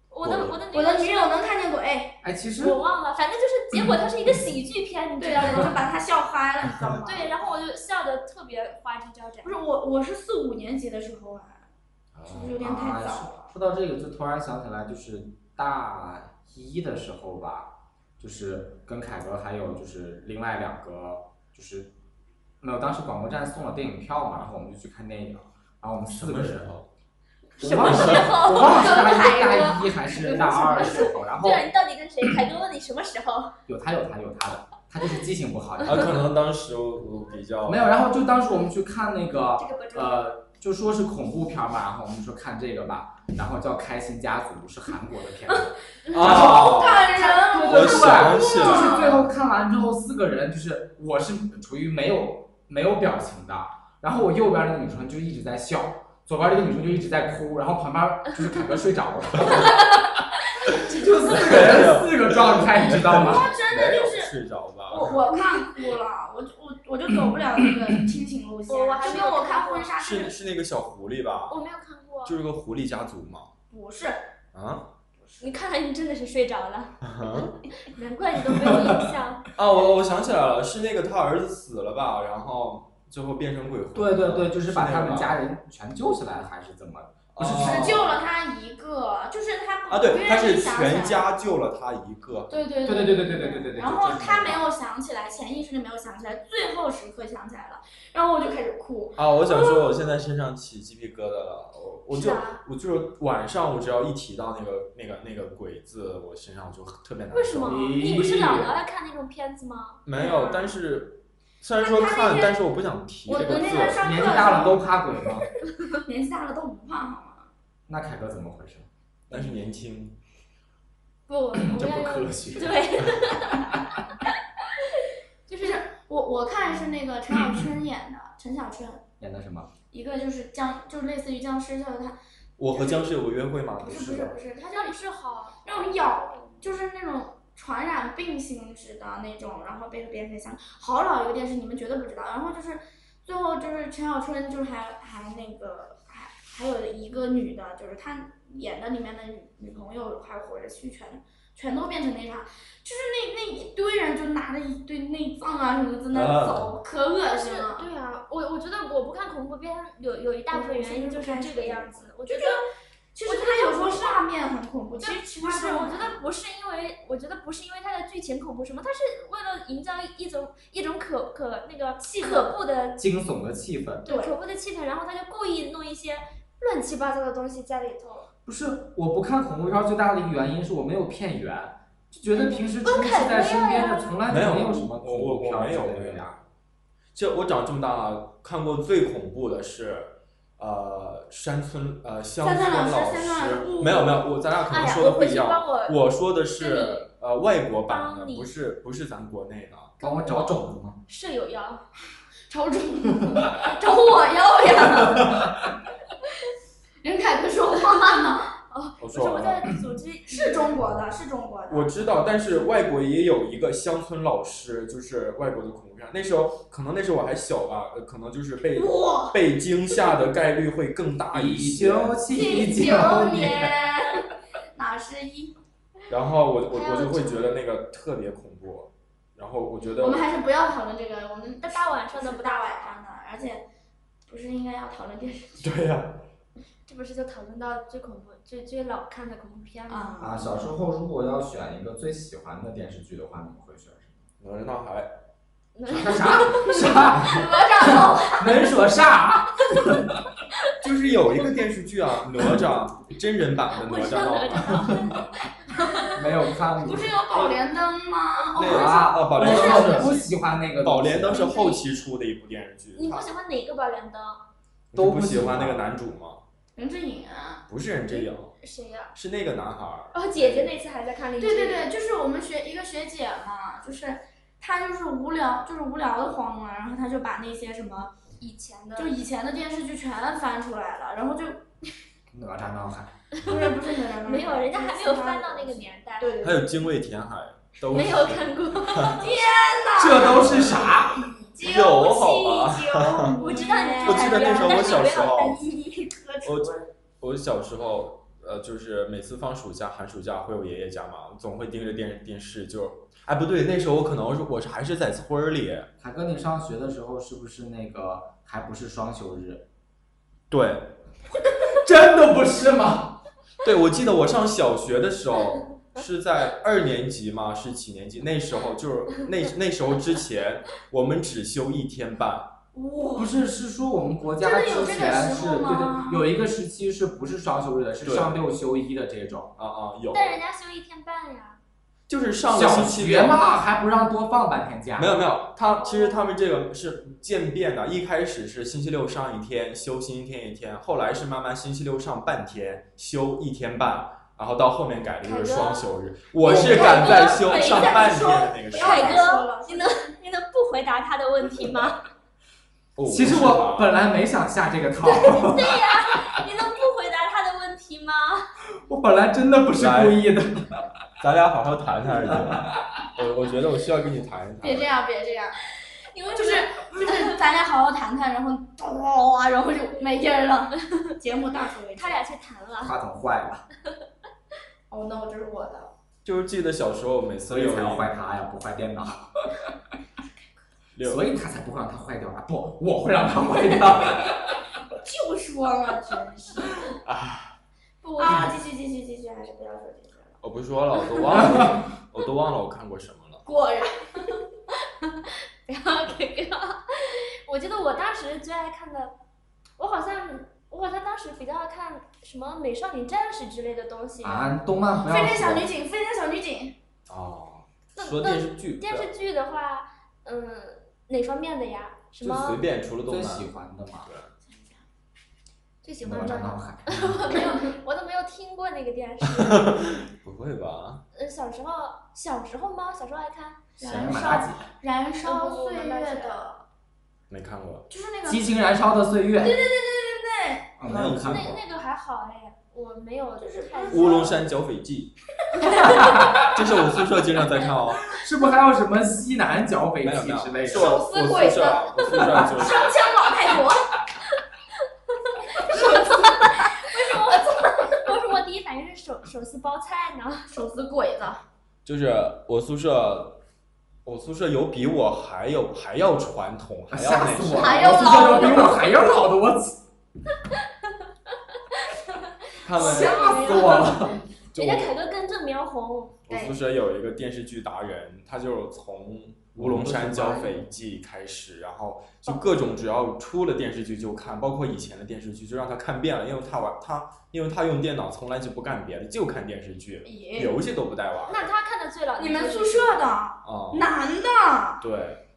Speaker 3: 我的我的
Speaker 4: 我的
Speaker 3: 是
Speaker 4: 女友能看见鬼，
Speaker 5: 哎，其实
Speaker 3: 我忘了，反正就是结果它是一个喜剧 片，你知
Speaker 4: 对
Speaker 3: 道
Speaker 4: 啊，我
Speaker 3: 吗？
Speaker 4: 就把他笑嗨了，你知道吗？
Speaker 3: 对，啊然后我就笑得特别花枝招展
Speaker 4: 不。是我我是四五年级的时候啊，是不是有点太
Speaker 5: 啊，
Speaker 4: 早
Speaker 5: 说
Speaker 4: 了？
Speaker 5: 说到这个，就突然想起来，就是大一的时候吧，就是跟凯哥还有就是另外两个就是没有，当时广播站送了电影票嘛，然后我们就去看电影，然后我们四个人，
Speaker 1: 候？
Speaker 5: 我忘了是，我忘了是大一、大一还是大二的时候，然后
Speaker 3: 对啊，你到底跟谁？凯哥问你什么时候？
Speaker 5: 有他有他有他的，他就是记性不好，
Speaker 1: 啊，可能当时我比较
Speaker 5: 没有，然后就当时我们去看那个
Speaker 3: 这个不重要。
Speaker 5: 呃，就说是恐怖片儿嘛，然后我们说看这个吧，然后叫《开心家族》，是韩国的片子，
Speaker 1: 啊，
Speaker 4: 感人
Speaker 5: 对
Speaker 1: 我
Speaker 5: 对对，
Speaker 1: 想起
Speaker 5: 就
Speaker 1: 了，
Speaker 5: 是最后看完之后，四个人就是我是处于没有没有表情的，然后我右边那个女生就一直在笑，左边这个女生就一直在哭，然后旁边就是凯哥睡着了，就四个人四个状态，你知道吗？
Speaker 4: 真
Speaker 1: 没
Speaker 4: 的
Speaker 1: 有
Speaker 4: 就是
Speaker 1: 睡着吧？
Speaker 4: 我我看哭了，我就我我就走不了那个亲情路线，
Speaker 3: 我我还
Speaker 4: 就
Speaker 3: 没
Speaker 4: 跟
Speaker 3: 有
Speaker 4: 我看
Speaker 3: 看过
Speaker 4: 婚纱是
Speaker 1: 是是那个小狐狸吧？
Speaker 3: 我没有看过，
Speaker 1: 就是个狐狸家族嘛。
Speaker 4: 不是？
Speaker 1: 啊
Speaker 3: 你看来你真的是睡着了，难怪你都没有印 象。
Speaker 1: 啊！我我想起来了，是那个他儿子死了吧？然后最后变成鬼魂。
Speaker 5: 对对对，就是把他们
Speaker 1: 是那个吧
Speaker 5: 家人全救起来了，还是怎么？不是
Speaker 1: 哦
Speaker 4: 只救了他一个，就是他
Speaker 1: 啊，
Speaker 4: 不
Speaker 1: 对，
Speaker 4: 愿
Speaker 1: 他
Speaker 4: 意
Speaker 1: 是
Speaker 4: 想起来
Speaker 1: 全家救了他一个。
Speaker 4: 对对
Speaker 5: 对对对对
Speaker 4: 对
Speaker 5: 对对对对对。
Speaker 4: 然后
Speaker 5: 就是
Speaker 4: 他没有想起来，潜意识里没有想起来，最后时刻想起来了，然后我就开始哭。
Speaker 1: 啊，我想说，我现在身上起鸡皮疙瘩了。我我
Speaker 4: 嗯是
Speaker 1: 就
Speaker 4: 啊
Speaker 1: 我就是晚上，我只要一提到那个那个那个鬼字，我身上就特别难受。
Speaker 3: 为什么？你不是姥姥要看那种片子吗？
Speaker 1: 没有，但是虽然说
Speaker 4: 但啊他那
Speaker 1: 看，
Speaker 4: 天
Speaker 1: 但是我不想提
Speaker 4: 我
Speaker 1: 这
Speaker 4: 我
Speaker 1: 个
Speaker 4: 那
Speaker 1: 字。
Speaker 4: 天上课
Speaker 5: 年纪大了都怕鬼吗？
Speaker 4: 年纪大了都不怕好吗？
Speaker 5: 那凯哥怎么回事？
Speaker 1: 但是年轻，
Speaker 3: 不，我们
Speaker 1: 这
Speaker 3: 要
Speaker 1: 不
Speaker 3: 用
Speaker 1: 科学。
Speaker 3: 对，
Speaker 4: 就是我我看是那个陈小春演的，陈小春
Speaker 5: 演的什么？
Speaker 4: 一个就是僵，就是类似于僵尸，就是他
Speaker 1: 我和僵尸有个约会吗？不
Speaker 4: 不是不是
Speaker 1: 吧？
Speaker 4: 不是，他
Speaker 3: 那
Speaker 4: 就
Speaker 3: 你是好
Speaker 4: 那种咬，就是那种传染病性质的那种，然后被变成像好老一个电视，你们绝对不知道。然后就是最后就是陈小春，就是还还那个还还有一个女的，就是她演的里面的女女朋友还活着去全。全都变成那啥，就是那那一堆人就拿着一堆内脏啊什么在那
Speaker 1: 啊
Speaker 4: 走，可恶
Speaker 3: 但是
Speaker 4: 心了。
Speaker 3: 对啊，我我觉得我不看恐怖片有有一大部分原因就是这个样子。我觉得
Speaker 4: 其实他有时候画面很恐怖，其实其
Speaker 3: 不
Speaker 4: 实
Speaker 3: 是，我觉得不是因为我觉得不是因为它的剧情恐怖什么，它是为了营造一种一种可可那个可怖的
Speaker 5: 惊悚的气氛。
Speaker 4: 对
Speaker 3: 可怖的气氛，然后他就故意弄一些乱七八糟的东西在里头。
Speaker 5: 不是，我不看恐怖片儿最大的一个原因是我没有片源，就觉得平时
Speaker 3: 不用
Speaker 5: 亲戚
Speaker 3: 看
Speaker 5: 在身边
Speaker 3: 片
Speaker 5: 的
Speaker 3: 啊
Speaker 5: 从来
Speaker 1: 没
Speaker 5: 就
Speaker 1: 有
Speaker 5: 没有什么
Speaker 1: 我
Speaker 5: 恐
Speaker 1: 我
Speaker 5: 怖片
Speaker 1: 我
Speaker 5: 儿
Speaker 1: 没有
Speaker 5: 之类
Speaker 1: 没有
Speaker 5: 的呀。
Speaker 1: 这我长这么大了，看过最恐怖的是，呃，山村呃乡
Speaker 4: 山
Speaker 1: 村
Speaker 4: 村老
Speaker 1: 老
Speaker 4: 师山村老师
Speaker 1: 没有没有，我咱俩可
Speaker 3: 哎
Speaker 1: 能
Speaker 3: 呀，
Speaker 1: 说的
Speaker 3: 我
Speaker 1: 不
Speaker 3: 回
Speaker 1: 一
Speaker 3: 去
Speaker 1: 样。
Speaker 3: 帮我
Speaker 1: 我说的
Speaker 3: 跟
Speaker 1: 是
Speaker 3: 你
Speaker 1: 呃外国版的，
Speaker 3: 帮你哦
Speaker 1: 不是不是咱国内的。
Speaker 5: 帮我找种子吗？
Speaker 3: 舍友 要，
Speaker 4: 找主，找我要呀！任凯哥说话呢，
Speaker 1: 我
Speaker 3: 不
Speaker 1: 说
Speaker 3: 是我
Speaker 1: 完了。
Speaker 3: 在组 织
Speaker 4: 是中国的，是中国的。
Speaker 1: 我知道，但是外国也有一个乡村老师，就是外国的恐怖片。那时候可能那时候我还小吧，呃可能就是被
Speaker 4: 哇，
Speaker 1: 被惊吓的概率会更大啊一
Speaker 5: 一
Speaker 1: 些。
Speaker 5: 九七
Speaker 4: 九
Speaker 5: 年，
Speaker 4: 年，哪是一？
Speaker 1: 然后我我
Speaker 3: 还有
Speaker 1: 我就会
Speaker 3: 这
Speaker 1: 觉得那个特别恐怖，然后我觉
Speaker 4: 我
Speaker 1: 得
Speaker 4: 们还是不要讨论这个，我们
Speaker 3: 那大晚上的
Speaker 4: 不
Speaker 3: 不
Speaker 4: 大
Speaker 3: 大
Speaker 4: 晚
Speaker 3: 晚上，
Speaker 4: 上的，而且不是应该要讨论电视
Speaker 1: 对呀、
Speaker 3: 这不是就讨论到最恐怖、最最老看的恐怖片吗？
Speaker 5: 啊，
Speaker 4: 啊？
Speaker 5: 小时候如果要选一个最喜欢的电视剧的话，你们会选什
Speaker 1: 哪吒闹海，
Speaker 3: 那
Speaker 5: 么？啥啥？
Speaker 4: 哪吒闹海，
Speaker 5: 能说啥？
Speaker 1: 就是有一个电视剧啊，哪吒真人版的
Speaker 3: 我
Speaker 1: 哪
Speaker 3: 知
Speaker 1: 吒
Speaker 3: 道
Speaker 1: 闹
Speaker 3: 哪
Speaker 1: 海，
Speaker 3: 吒，
Speaker 5: 没有看过
Speaker 4: 不。是有宝莲灯吗？
Speaker 1: 那
Speaker 5: 啊，
Speaker 1: 啊宝
Speaker 5: 我
Speaker 1: 莲
Speaker 5: 是
Speaker 1: 灯
Speaker 5: 不
Speaker 1: 是
Speaker 5: 喜欢那个
Speaker 1: 宝莲灯是
Speaker 5: 东西
Speaker 1: 后期出的一部电视剧，
Speaker 3: 你
Speaker 1: 它
Speaker 3: 不喜欢哪个宝莲灯？
Speaker 1: 你是
Speaker 5: 都
Speaker 1: 不
Speaker 5: 不
Speaker 1: 喜
Speaker 5: 喜
Speaker 1: 欢那
Speaker 5: 欢
Speaker 1: 个男主吗？
Speaker 4: 任志颖啊。
Speaker 1: 不是任之颖，
Speaker 3: 谁呀？
Speaker 1: 是那个男孩儿。
Speaker 3: 哦，姐姐那次还在看林
Speaker 4: 对对对，就是我们学一个学姐嘛，就是她就是无聊，就是无聊的慌了，然后她就把那些什么。
Speaker 3: 以前的
Speaker 4: 就以前的电视剧全翻出来了，然后就
Speaker 5: 哪吒闹海，
Speaker 4: 不是不是哪吒，
Speaker 3: 没有，人家还没有翻到那个。年代，
Speaker 4: 对对
Speaker 1: 还
Speaker 4: 对，
Speaker 1: 有精卫填海，都
Speaker 3: 没有看 过。
Speaker 5: 这都是啥？
Speaker 1: 有好吧？
Speaker 3: 我知道你
Speaker 1: 我记得那时候我小时候
Speaker 3: 但是你不要单一磕出
Speaker 1: 我我小时候，呃，就是每次放暑假、寒暑假回我爷爷家嘛，总会盯着电电视就。哎，不对，那时候我可能是我是还是在村儿里，
Speaker 5: 凯哥，你上学的时候是不是那个还不是双休日？
Speaker 1: 对
Speaker 5: 真的不是吗？
Speaker 1: 对，我记得我上小学的时候，是在二年级吗？是几年级？那时候就是那那时候之前，我们只休一天半。啊
Speaker 5: 不是，是说我们国家
Speaker 4: 真的有
Speaker 5: 之
Speaker 4: 这个
Speaker 5: 前
Speaker 4: 时
Speaker 5: 是
Speaker 4: 候
Speaker 5: 对
Speaker 4: 吗
Speaker 5: 对，有一个时期是不是双休日的，是
Speaker 1: 对
Speaker 5: 上六休一的这种。
Speaker 1: 啊啊，有，
Speaker 3: 但人家休一天半呀，
Speaker 1: 就是上个
Speaker 5: 小
Speaker 1: 星期
Speaker 5: 学
Speaker 1: 六。
Speaker 5: 嘛，还不让多放半天假。
Speaker 1: 没有没有，他其实他们这个是渐变的，一开始是星期六上一天休，星期天一天，后来是慢慢星期六上半天休一天半，然后到后面改的就是双休日。我是赶在休上半天的那个时候。
Speaker 3: 凯
Speaker 4: 再说
Speaker 3: 哥，你能你能不回答他的问题吗？
Speaker 1: 哦
Speaker 5: 其实我本来没想下这个套，
Speaker 3: 你能不回答他的问题吗？
Speaker 5: 我本来真的不是故意的。
Speaker 1: 咱俩好好谈 谈而已。我我觉得我需要跟你谈一
Speaker 4: 别这
Speaker 1: 谈。
Speaker 4: 样，别这样，
Speaker 3: 你为什
Speaker 4: 就
Speaker 3: 么
Speaker 4: 是就是 咱俩好好谈谈，然后哗哗哗，啊然后就没音儿了， 节目到此为止
Speaker 3: 他。俩去谈了？
Speaker 5: 话筒坏了，
Speaker 4: 哦、no，这是我的。
Speaker 1: 就是记得小时候每次
Speaker 5: 所以
Speaker 1: 六
Speaker 5: 才要
Speaker 1: 一
Speaker 5: 坏它呀，不坏电脑，
Speaker 1: 六
Speaker 5: 所以它才不会让它坏掉啊！不，我会让它 坏掉。
Speaker 4: 就说嘛，真 是。
Speaker 3: 不，
Speaker 4: 啊，继续继续继续，还是不要说这些了。
Speaker 1: 我不说了，我都忘了，我都忘了我看过什么了。
Speaker 4: 果然，
Speaker 3: 然后给哥，我记得我当时最爱看的，我好像我好像当时比较爱看什么美少女战士之类的东西。
Speaker 5: 啊，动漫不要
Speaker 4: 飞天小
Speaker 5: 说
Speaker 4: 女警，飞天小女警，
Speaker 1: 哦，
Speaker 3: 那
Speaker 1: 说电视剧，
Speaker 3: 电视剧的话，嗯，哪方面的呀？什
Speaker 1: 就随
Speaker 3: 么
Speaker 1: 便，除了动
Speaker 5: 最
Speaker 1: 漫。
Speaker 5: 喜欢的嘛，
Speaker 3: 最喜
Speaker 5: 哪
Speaker 3: 欢
Speaker 5: 吒
Speaker 3: 的
Speaker 5: 闹
Speaker 3: 吗？
Speaker 5: 海。
Speaker 4: 呃
Speaker 3: 我没有，我都没有听过那个电视。
Speaker 1: 不会吧？
Speaker 3: 呃，小时候，小时候吗？小时候爱看。
Speaker 5: 神
Speaker 4: 燃
Speaker 5: 马大
Speaker 4: 烧
Speaker 5: 姐，
Speaker 4: 燃烧
Speaker 3: 不不
Speaker 4: 岁
Speaker 3: 不那
Speaker 4: 月
Speaker 3: 是
Speaker 4: 的，
Speaker 1: 没看过。
Speaker 4: 就是那个
Speaker 5: 激情燃烧的岁月。对对对对对
Speaker 1: 那
Speaker 5: 没有
Speaker 1: 你
Speaker 5: 看
Speaker 1: 看
Speaker 3: 那
Speaker 1: 过？
Speaker 3: 那个还好哎，我没有
Speaker 4: 就是
Speaker 3: 太
Speaker 4: 不
Speaker 1: 乌龙山剿匪 记，这是我宿舍经常在看哦。
Speaker 5: 是不是还有什么西南剿 匪
Speaker 1: 没有没
Speaker 5: 记
Speaker 1: 有
Speaker 5: 之类，
Speaker 1: 是
Speaker 5: 的？
Speaker 1: 我我宿舍，我宿舍就是
Speaker 4: 双枪老太婆，
Speaker 3: 为什么我第一反应是手手撕包菜呢？
Speaker 4: 手撕鬼子，
Speaker 1: 就是我宿舍，我宿舍有比我还有还要传统，还要
Speaker 5: 啊吓
Speaker 1: 那
Speaker 5: 死
Speaker 1: 什么。
Speaker 5: 我了！
Speaker 4: 还要
Speaker 5: 我宿舍有比我还要老的，我
Speaker 1: 他们
Speaker 5: 吓死我了。
Speaker 1: 就
Speaker 3: 人
Speaker 1: 我
Speaker 3: 家凯哥根正苗红，
Speaker 1: 我宿舍有一个电视剧达人，他就是从《乌龙山剿匪记》开始，然后就各种只要出了电视剧就看，包括以前的电视剧就让他看遍了，因为他玩他，因为他用电脑从来就不干别的，就看电视剧， 嗯
Speaker 4: 咦，
Speaker 1: 游戏都不带玩
Speaker 3: 那他看的最老。
Speaker 4: 你们宿舍的
Speaker 1: 啊、
Speaker 4: 男的，
Speaker 1: 对，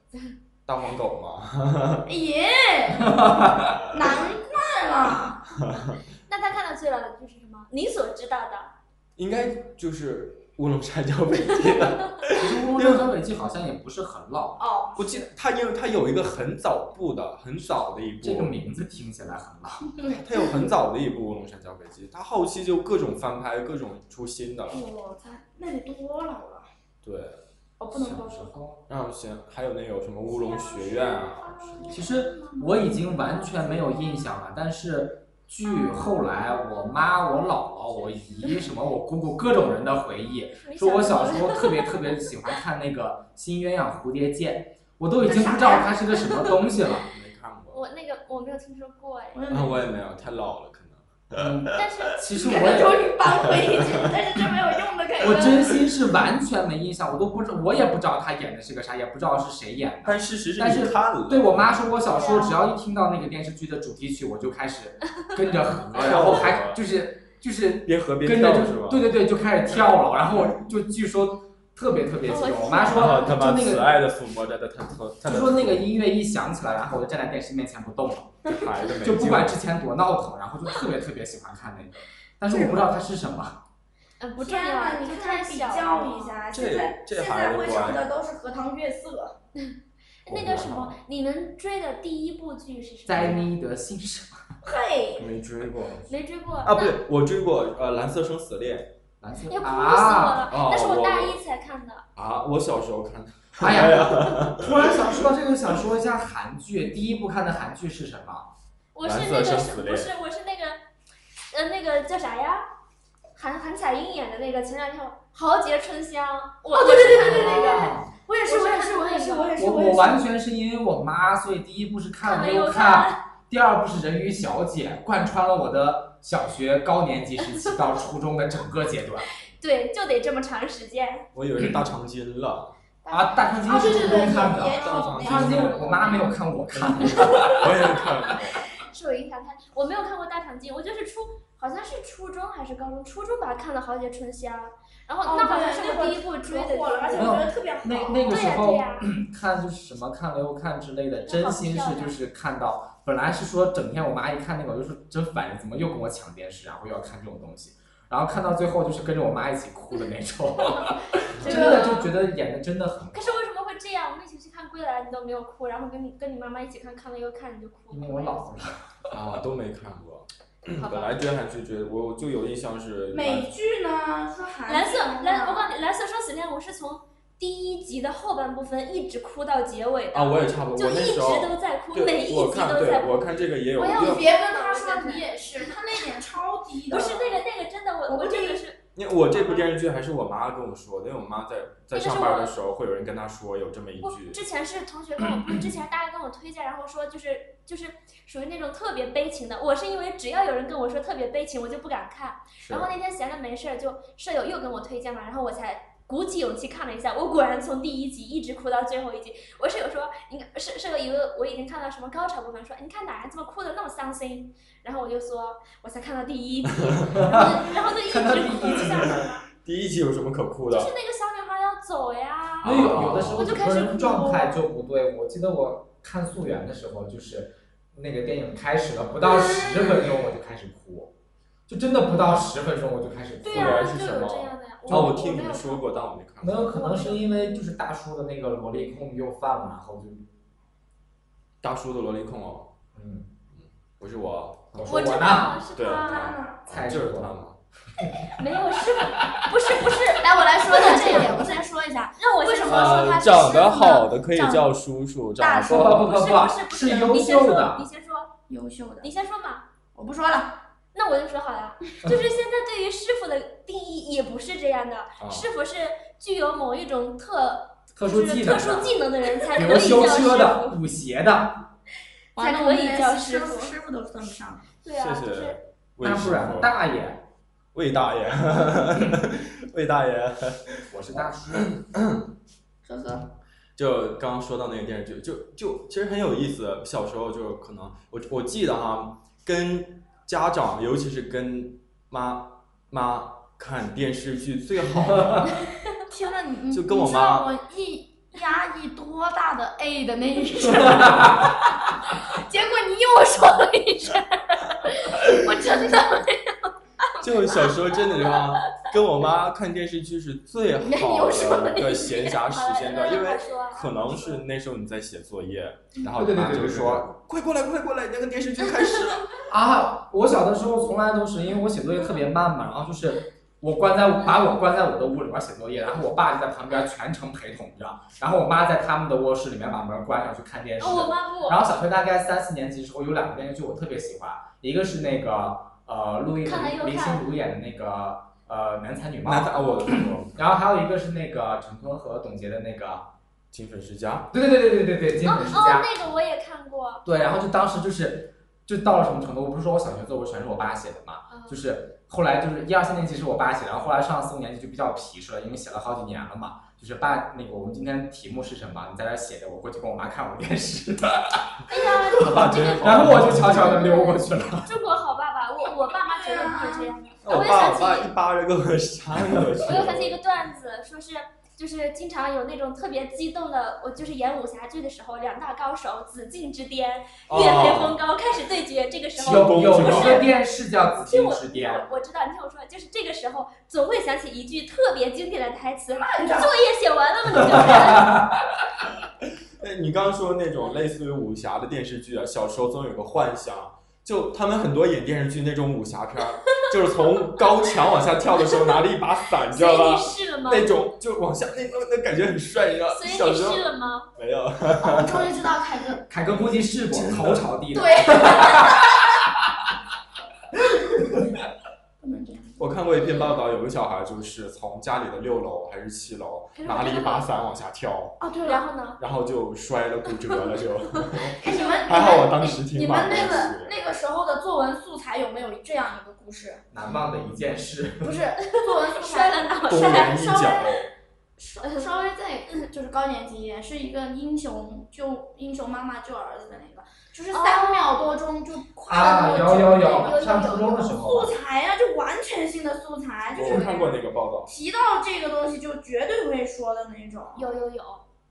Speaker 1: 大黄狗嘛，
Speaker 4: 咦， 难怪了，
Speaker 3: 那他看的最老的剧是什么？你所知道的？
Speaker 1: 应该就是《乌龙山剿匪记》 了。
Speaker 5: 其实《乌龙山北记》好像也不是很老，
Speaker 4: 哦，
Speaker 1: 我记得他，因为他有一个很早部的，很早的一部，
Speaker 5: 这个名字听起来很老。
Speaker 1: 他有很早的一部《乌龙山剿匪记》，他后期就各种翻拍，各种出新的了。
Speaker 5: 嗯
Speaker 4: 我操，那得多老了，
Speaker 1: 对，
Speaker 4: 我
Speaker 5: 小
Speaker 4: 不能
Speaker 5: 时
Speaker 4: 多说。
Speaker 5: 候，
Speaker 1: 然后行，还有那有什么乌龙学院啊，
Speaker 5: 其实我已经完全没有印象了，但是据后来我妈、我姥姥、我姨什么我姑姑各种人的回忆，
Speaker 3: 没
Speaker 5: 说我
Speaker 3: 想
Speaker 5: 小
Speaker 3: 到
Speaker 5: 时候特别特别喜欢看那个《新鸳鸯蝴蝶剑》，我都已经不知道它是个什么东西了。
Speaker 1: 没看过。啊
Speaker 3: 我那个我没有听说过哎，
Speaker 4: 我也没
Speaker 1: 那我也没有，太老了，可能。
Speaker 5: 嗯，
Speaker 3: 但是
Speaker 5: 其实我
Speaker 4: 感觉
Speaker 5: 也。
Speaker 4: 终于扳回一局，但是这没有用的感觉。
Speaker 5: 我真心是完全没印象，我都不知我也不知道他演的是个啥，也不知道是谁演的。
Speaker 1: 但事实是
Speaker 5: 但
Speaker 1: 你
Speaker 5: 是
Speaker 1: 看了，
Speaker 5: 对我妈说，我小时候只要一听到那个电视剧的主题曲，我就开始跟 着和，然后还就是就是
Speaker 1: 边喝边
Speaker 5: 跟着
Speaker 1: 跳是
Speaker 5: 就
Speaker 1: 吧？
Speaker 5: 对对对，就开始跳了。然后我就据说特别特别激动，我妈说
Speaker 1: 然后他妈啊
Speaker 5: 就那
Speaker 1: 慈
Speaker 5: 个
Speaker 1: 爱的抚摸着的他头，他
Speaker 5: 就
Speaker 1: 的
Speaker 5: 说那个音乐一响起来，然后我就站在电视面前不动了，
Speaker 1: 孩子没
Speaker 5: 就
Speaker 1: 劲
Speaker 5: 不管之前多闹腾，然后就特别特别喜欢看那个，但是我不知道它是什么。
Speaker 3: 嗯不重
Speaker 4: 天
Speaker 3: 要
Speaker 4: 呐，
Speaker 3: 啊，
Speaker 4: 你
Speaker 3: 就
Speaker 4: 看
Speaker 3: 太
Speaker 4: 比
Speaker 3: 小
Speaker 4: 较一
Speaker 3: 了。
Speaker 4: 下，
Speaker 1: 这
Speaker 4: 现在
Speaker 1: 这
Speaker 4: 现
Speaker 1: 孩
Speaker 4: 在
Speaker 1: 子
Speaker 4: 会
Speaker 1: 乖
Speaker 4: 上的都是荷塘月色，
Speaker 3: 那个什么，你们追的第一部剧是什
Speaker 5: 灾
Speaker 3: 么？
Speaker 5: 咪的心声，
Speaker 4: 嘿，
Speaker 1: 没追过
Speaker 3: 没追过
Speaker 1: 啊，不对，我追过呃《蓝色生死恋
Speaker 5: 蓝色
Speaker 3: 那也哭死我
Speaker 5: 啊！
Speaker 3: 了，
Speaker 1: 哦
Speaker 3: 那是我
Speaker 1: 我
Speaker 3: 大一才看的。
Speaker 1: 啊，我小时候看的，
Speaker 5: 哎呀，突然想说到这个，想说一下韩剧，第一部看的韩剧是什么？
Speaker 3: 我是
Speaker 1: 蓝色
Speaker 3: 那个
Speaker 1: 生
Speaker 3: 是
Speaker 1: 死
Speaker 3: 不
Speaker 1: 恋
Speaker 3: 是我是那个，呃，那个叫啥呀？韩韩彩英演的那个前两天我《豪杰春香》，我
Speaker 4: 哦对对对对对对
Speaker 5: 哦
Speaker 4: 我也是，我也是，我也是，我也是，
Speaker 5: 我
Speaker 4: 也
Speaker 5: 我
Speaker 4: 是。
Speaker 5: 完全是因为我妈，所以第一部是看了
Speaker 3: 看了
Speaker 5: 又
Speaker 3: 又看
Speaker 5: 看，第二部是《人鱼小姐》，贯穿了我的小学高年级时期到初中的整个阶段。
Speaker 3: 对，就得这么长时间。
Speaker 1: 我以为是大长今 了，
Speaker 5: 啊，大长今
Speaker 6: 哦，对对
Speaker 5: 是初
Speaker 6: 对，
Speaker 5: 中
Speaker 6: 也
Speaker 5: 看的，
Speaker 6: 也有
Speaker 1: 对
Speaker 5: 大长今
Speaker 6: 那
Speaker 1: 对
Speaker 6: 个
Speaker 5: 我妈没有看，我看的。
Speaker 1: 我也看过。
Speaker 3: 受影响太，我没有看过《大长今》，我就是初，好像是初中还是高中，初中把它看了好几遍《春香》，然后、
Speaker 6: 哦
Speaker 3: 那好像
Speaker 6: 对
Speaker 3: 是
Speaker 6: 那
Speaker 3: 我
Speaker 6: 会
Speaker 3: 第
Speaker 6: 儿
Speaker 3: 一部
Speaker 6: 可
Speaker 3: 追的
Speaker 6: 火了，而且
Speaker 3: 剧
Speaker 6: 我觉得特别好。
Speaker 5: 那那个
Speaker 3: 哦对
Speaker 5: 时
Speaker 3: 呀、
Speaker 5: 候
Speaker 3: 对呀、
Speaker 5: 看就是什么看了又看之类的，
Speaker 3: 真
Speaker 5: 真
Speaker 3: 好
Speaker 5: 心
Speaker 3: 笑
Speaker 5: 是
Speaker 3: 呀
Speaker 5: 就是看到，本来是说整天我妈一看那个，我就说真烦人，怎么又跟我抢电视，然后又要看这种东西，然后看到最后就是跟着我妈一起哭的那 种，真的就觉得演的真的很好
Speaker 3: 可，是为什么会这样？我们一起去看《归来》，你都没有哭，然后跟你跟你妈妈一起看，看了又看，你就哭了。
Speaker 5: 因为我老了，
Speaker 3: 哦
Speaker 1: 啊，都没看过。
Speaker 3: 好
Speaker 1: 本
Speaker 3: 吧。
Speaker 1: 来追韩剧追，我就有印象是
Speaker 6: 美剧呢，说韩剧
Speaker 3: 蓝色
Speaker 6: 呢
Speaker 3: 蓝，我告诉你，《蓝色生死恋》我是从第一集的后半部分一直哭到结尾的，
Speaker 1: 啊，我也差不多，
Speaker 3: 就
Speaker 1: 我那
Speaker 3: 一直
Speaker 1: 时候
Speaker 3: 都在哭，每一
Speaker 1: 对，
Speaker 3: 集
Speaker 1: 我
Speaker 3: 都
Speaker 1: 看
Speaker 3: 在
Speaker 1: 对，
Speaker 3: 哭。
Speaker 1: 我看这个也有，
Speaker 3: 我要
Speaker 1: 因为
Speaker 6: 你别跟他说你也是，他那点超低的。
Speaker 3: 不是那个那个真的，我
Speaker 6: 我
Speaker 3: 我
Speaker 6: 不
Speaker 3: 真的
Speaker 6: 理
Speaker 3: 是
Speaker 1: 因为我这部电视剧还是我妈跟我说的，因为我妈在在
Speaker 3: 那个是
Speaker 1: 上班
Speaker 3: 我
Speaker 1: 的时候会有人跟她说有这么一
Speaker 3: 我
Speaker 1: 句，
Speaker 3: 之前是同学跟我，不是之前大家跟我推荐，然后说就是就是属于那种特别悲情的。我是因为只要有人跟我说特别悲情，我就不敢看。
Speaker 1: 是
Speaker 3: 然后那天闲着没事儿，就舍友又跟我推荐嘛，然后我才鼓起勇气看了一下。我果然从第一集一直哭到最后一集。我舍友说，你看舍舍友以为我已经看到什么高潮部分，说你看哪人这么哭的那么伤心。然后我就说，我才看到第一集，然后就然后就一直哭下去了，
Speaker 1: 第一集有什么可哭
Speaker 3: 就
Speaker 1: 的？
Speaker 3: 是那个小女孩要走呀。
Speaker 5: 因为哎有有的时候
Speaker 3: 我就
Speaker 5: 整
Speaker 3: 开
Speaker 5: 个
Speaker 3: 始
Speaker 5: 人
Speaker 3: 哭
Speaker 5: 状态就不对，我记得我看《溯源》的时候就是那个电影开始了不
Speaker 3: 嗯
Speaker 5: 到十分钟我就开始哭，就真的不到十分钟我就开始哭
Speaker 3: 对
Speaker 1: 呀
Speaker 3: 呀、
Speaker 5: 了。
Speaker 1: 是
Speaker 3: 就
Speaker 1: 什
Speaker 3: 有
Speaker 1: 么
Speaker 3: 这样的呀。
Speaker 1: 哦，我
Speaker 3: 我
Speaker 1: 听
Speaker 3: 没
Speaker 1: 你
Speaker 3: 有
Speaker 1: 们说过，但我没看
Speaker 5: 没
Speaker 1: 过。
Speaker 5: 有，可能是因为就是大叔的那个萝莉控又犯了，然后就
Speaker 1: 大叔的萝莉控哦，
Speaker 5: 嗯，
Speaker 1: 不是我，
Speaker 5: 我说
Speaker 3: 我知
Speaker 5: 我
Speaker 3: 道
Speaker 5: 呢，
Speaker 3: 是
Speaker 1: 对
Speaker 3: 他，
Speaker 6: 啊
Speaker 5: 才
Speaker 1: 就是是他
Speaker 5: 我。
Speaker 1: 嘛。
Speaker 3: 没有是我，不是不 是，
Speaker 6: 来，我来说一下这一点，我先说一下，
Speaker 3: 让我
Speaker 6: 为
Speaker 3: 先
Speaker 6: 什
Speaker 3: 说
Speaker 6: 么
Speaker 3: 说
Speaker 6: 他是
Speaker 1: 呃长得好
Speaker 6: 的
Speaker 1: 的可以
Speaker 6: 长
Speaker 1: 叫叔叔，
Speaker 6: 大
Speaker 1: 长得
Speaker 6: 叔
Speaker 5: 不不
Speaker 1: 高
Speaker 5: 不
Speaker 3: 不是不
Speaker 5: 不
Speaker 3: 是
Speaker 5: 不，
Speaker 3: 不
Speaker 5: 是优
Speaker 3: 你先
Speaker 5: 秀
Speaker 3: 说，你
Speaker 5: 的，
Speaker 3: 先说，
Speaker 6: 优秀的，
Speaker 3: 你先说嘛。
Speaker 6: 我不说了。
Speaker 3: 那我就说好了，就是现在对于师傅的定义也不是这样的，
Speaker 1: 啊
Speaker 3: 师傅是具有某一种特
Speaker 5: 哦特
Speaker 3: 就
Speaker 5: 殊
Speaker 3: 是
Speaker 5: 技能
Speaker 3: 特殊
Speaker 5: 的，
Speaker 3: 技能的人才
Speaker 5: 比
Speaker 3: 可
Speaker 5: 如
Speaker 3: 以叫
Speaker 5: 修
Speaker 3: 师
Speaker 5: 车的、
Speaker 3: 傅。
Speaker 5: 补鞋的，
Speaker 6: 完了我
Speaker 3: 才可
Speaker 6: 们
Speaker 3: 以
Speaker 6: 连
Speaker 3: 叫
Speaker 6: 师
Speaker 3: 师
Speaker 6: 傅，
Speaker 3: 傅
Speaker 6: 师傅都算不上。
Speaker 3: 对啊，
Speaker 1: 谢
Speaker 3: 就
Speaker 1: 谢
Speaker 3: 是
Speaker 1: 魏
Speaker 5: 那
Speaker 1: 师
Speaker 5: 不然
Speaker 1: 傅
Speaker 5: 大啊爷，
Speaker 1: 魏大爷， 魏大爷，
Speaker 5: 我是大叔，
Speaker 6: 呵呵，
Speaker 1: 就刚刚说到那个电视剧，就就其实很有意思。小时候就可能我我记得哈，跟家长尤其是跟妈妈看电视剧最好的
Speaker 6: 天呐，你你
Speaker 1: 就跟我
Speaker 6: 你知道
Speaker 1: 妈
Speaker 6: 我一压抑多大的 A 的那一 声，结果你又说了一声，我真的，
Speaker 1: 就小时候真的是哈，跟我妈看电视剧是最好的一个闲暇时间段，因为可能是那时候你在写作业，然后你
Speaker 5: 对对
Speaker 1: 妈
Speaker 5: 对
Speaker 1: 就
Speaker 5: 对对
Speaker 1: 说：“快过来，快过来，那个电视剧开始了。
Speaker 5: 啊，我小的时候从来都是因为我写作业特别慢嘛，然后就是我关在把我关在我的屋里边写作业，然后我爸就在旁边全程陪同着，然后我妈在他们的卧室里面把门关上去看电视。
Speaker 3: 哦，我妈不，
Speaker 5: 然后小学大概三四年级的时候有两部电视剧我特别喜欢，一个是那个呃陆亦
Speaker 3: 看了又
Speaker 5: 林林心
Speaker 3: 看
Speaker 5: 如演的那个呃男才女”貌
Speaker 1: 那，他哦，我看过《
Speaker 5: 然后还有一个是那个陈坤和董洁的那个，
Speaker 1: 金粉世 家
Speaker 5: 对对对对对对对，金
Speaker 3: 哦
Speaker 5: 粉世
Speaker 3: 哦
Speaker 5: 家，，
Speaker 3: 那个我也看过，
Speaker 5: 对，然后就当时就是就到了什么程度？我不是说我小学作文全是我爸写的嘛，
Speaker 3: 嗯
Speaker 5: 就是后来就是一二三年级是我爸写，然后后来上四五年级就比较皮实了，因为写了好几年了嘛。就是爸，那个我们今天题目是什么？你在这儿写着，我过去跟我妈看会儿电视。
Speaker 3: 哎呀，这个
Speaker 5: 然后我就悄悄的溜过去了。
Speaker 3: 中国好爸爸，我我爸妈绝对不会这样。”。
Speaker 1: 那我
Speaker 3: 我又
Speaker 1: 爸我
Speaker 3: 想起
Speaker 1: 爸一巴掌给我扇过去。
Speaker 3: 我又想起一个段子，说是就是经常有那种特别激动的，我就是演武侠剧的时候，两大高手紫禁之巅、
Speaker 1: 哦
Speaker 3: 月黑风高开始对决，这个时候。
Speaker 5: 有有一个电视叫《紫
Speaker 3: 听
Speaker 5: 禁
Speaker 3: 我
Speaker 5: 之巅》，
Speaker 3: 我我知道，你听我说，就是这个时候总会想起一句特别经典的台词：“
Speaker 6: 慢
Speaker 3: 你
Speaker 6: 着
Speaker 3: 作业写完了吗？你就看。
Speaker 1: 那哎你刚刚说那种类似于武侠的电视剧啊，小时候总有个幻想，就他们很多演电视剧那种武侠片儿，就是从高墙往下跳的时候拿着一把伞，” 你知
Speaker 3: 所
Speaker 1: 道
Speaker 3: 以你
Speaker 1: 吧？
Speaker 3: 试了吗？
Speaker 1: 那种就往下那那那感觉很帅，你知道？
Speaker 3: 所以
Speaker 1: 小
Speaker 3: 你
Speaker 1: 时候
Speaker 3: 试了吗？
Speaker 1: 没有，
Speaker 6: 哦我 终于知道凯哥，
Speaker 5: 凯哥估计试过，头朝 地的。
Speaker 6: 对。不能这样。
Speaker 1: 我看过一篇报道，有个小孩就是从家里的六楼还是七楼拿了一把伞往下跳，
Speaker 6: 哦，对了，
Speaker 3: 然后呢？
Speaker 1: 然后就摔了骨折了 就。
Speaker 4: 哎，你们
Speaker 1: 还好我当时挺
Speaker 4: 你
Speaker 1: 晚
Speaker 4: 们
Speaker 1: 的。
Speaker 4: 那个那个时候的作文素材有没有这样一个故事？
Speaker 5: 难忘的一件事。
Speaker 4: 不是作文素
Speaker 3: 摔
Speaker 4: 材，
Speaker 3: 了脑
Speaker 1: 东
Speaker 3: 袋，
Speaker 1: 人一脚，
Speaker 4: 稍
Speaker 3: 嗯
Speaker 4: 稍微再嗯就是高年级一点，是一个英雄救英雄妈妈救儿子的那个，就是
Speaker 3: 哦
Speaker 4: 三秒多钟就跨
Speaker 5: 啊，
Speaker 4: 过
Speaker 5: 有有有，
Speaker 4: 有
Speaker 5: 上初中的时候
Speaker 4: 素
Speaker 5: 吧，
Speaker 4: 材呀、就完全性的素材，就
Speaker 1: 我看
Speaker 4: 是
Speaker 1: 过那个报道，
Speaker 4: 提到这个东西就绝对会说的那种，
Speaker 3: 有有有。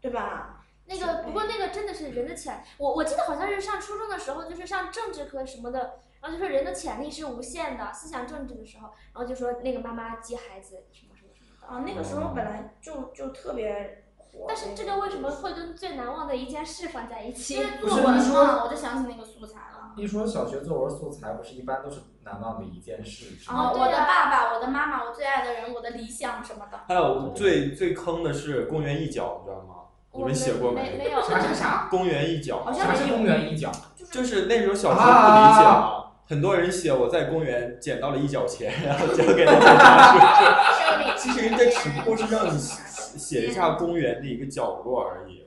Speaker 4: 对吧？
Speaker 3: 那个不过那个真的是人的潜，我我记得好像是上初中的时候，就是上政治课什么的，然后就说人的潜力是无限的，思想政治的时候，然后就说那个妈妈接孩子什么什么什么的。
Speaker 4: 啊，那个时候本来就就特别火，
Speaker 3: 但是这个为什么会跟最难忘的一件事放在一
Speaker 4: 因
Speaker 3: 起？
Speaker 4: 为作文嘛，我就想起那个素材了。
Speaker 5: 一说小学作文素材，不是一般都是难忘的一件事，是
Speaker 4: 然
Speaker 5: 吗？
Speaker 4: 后
Speaker 3: 哦
Speaker 4: 我
Speaker 3: 对
Speaker 4: 的
Speaker 3: 啊
Speaker 4: 爸爸、我的妈妈、我最爱的人、我的理想什么的。
Speaker 1: 还有最最坑的是公园一角，你知道吗？你
Speaker 3: 我
Speaker 1: 们写过
Speaker 3: 没？
Speaker 1: 没？
Speaker 3: 没有，
Speaker 5: 啥啥啥？
Speaker 1: 公园一角
Speaker 4: 好像
Speaker 5: 啥是
Speaker 4: 没有
Speaker 5: 公园一角？
Speaker 1: 就是那时候小时候不理解嘛，很多人写我在公园捡到了一角钱，然后交给了警 察叔叔。其实这只不过是让你写写一下公园的一个角落而已，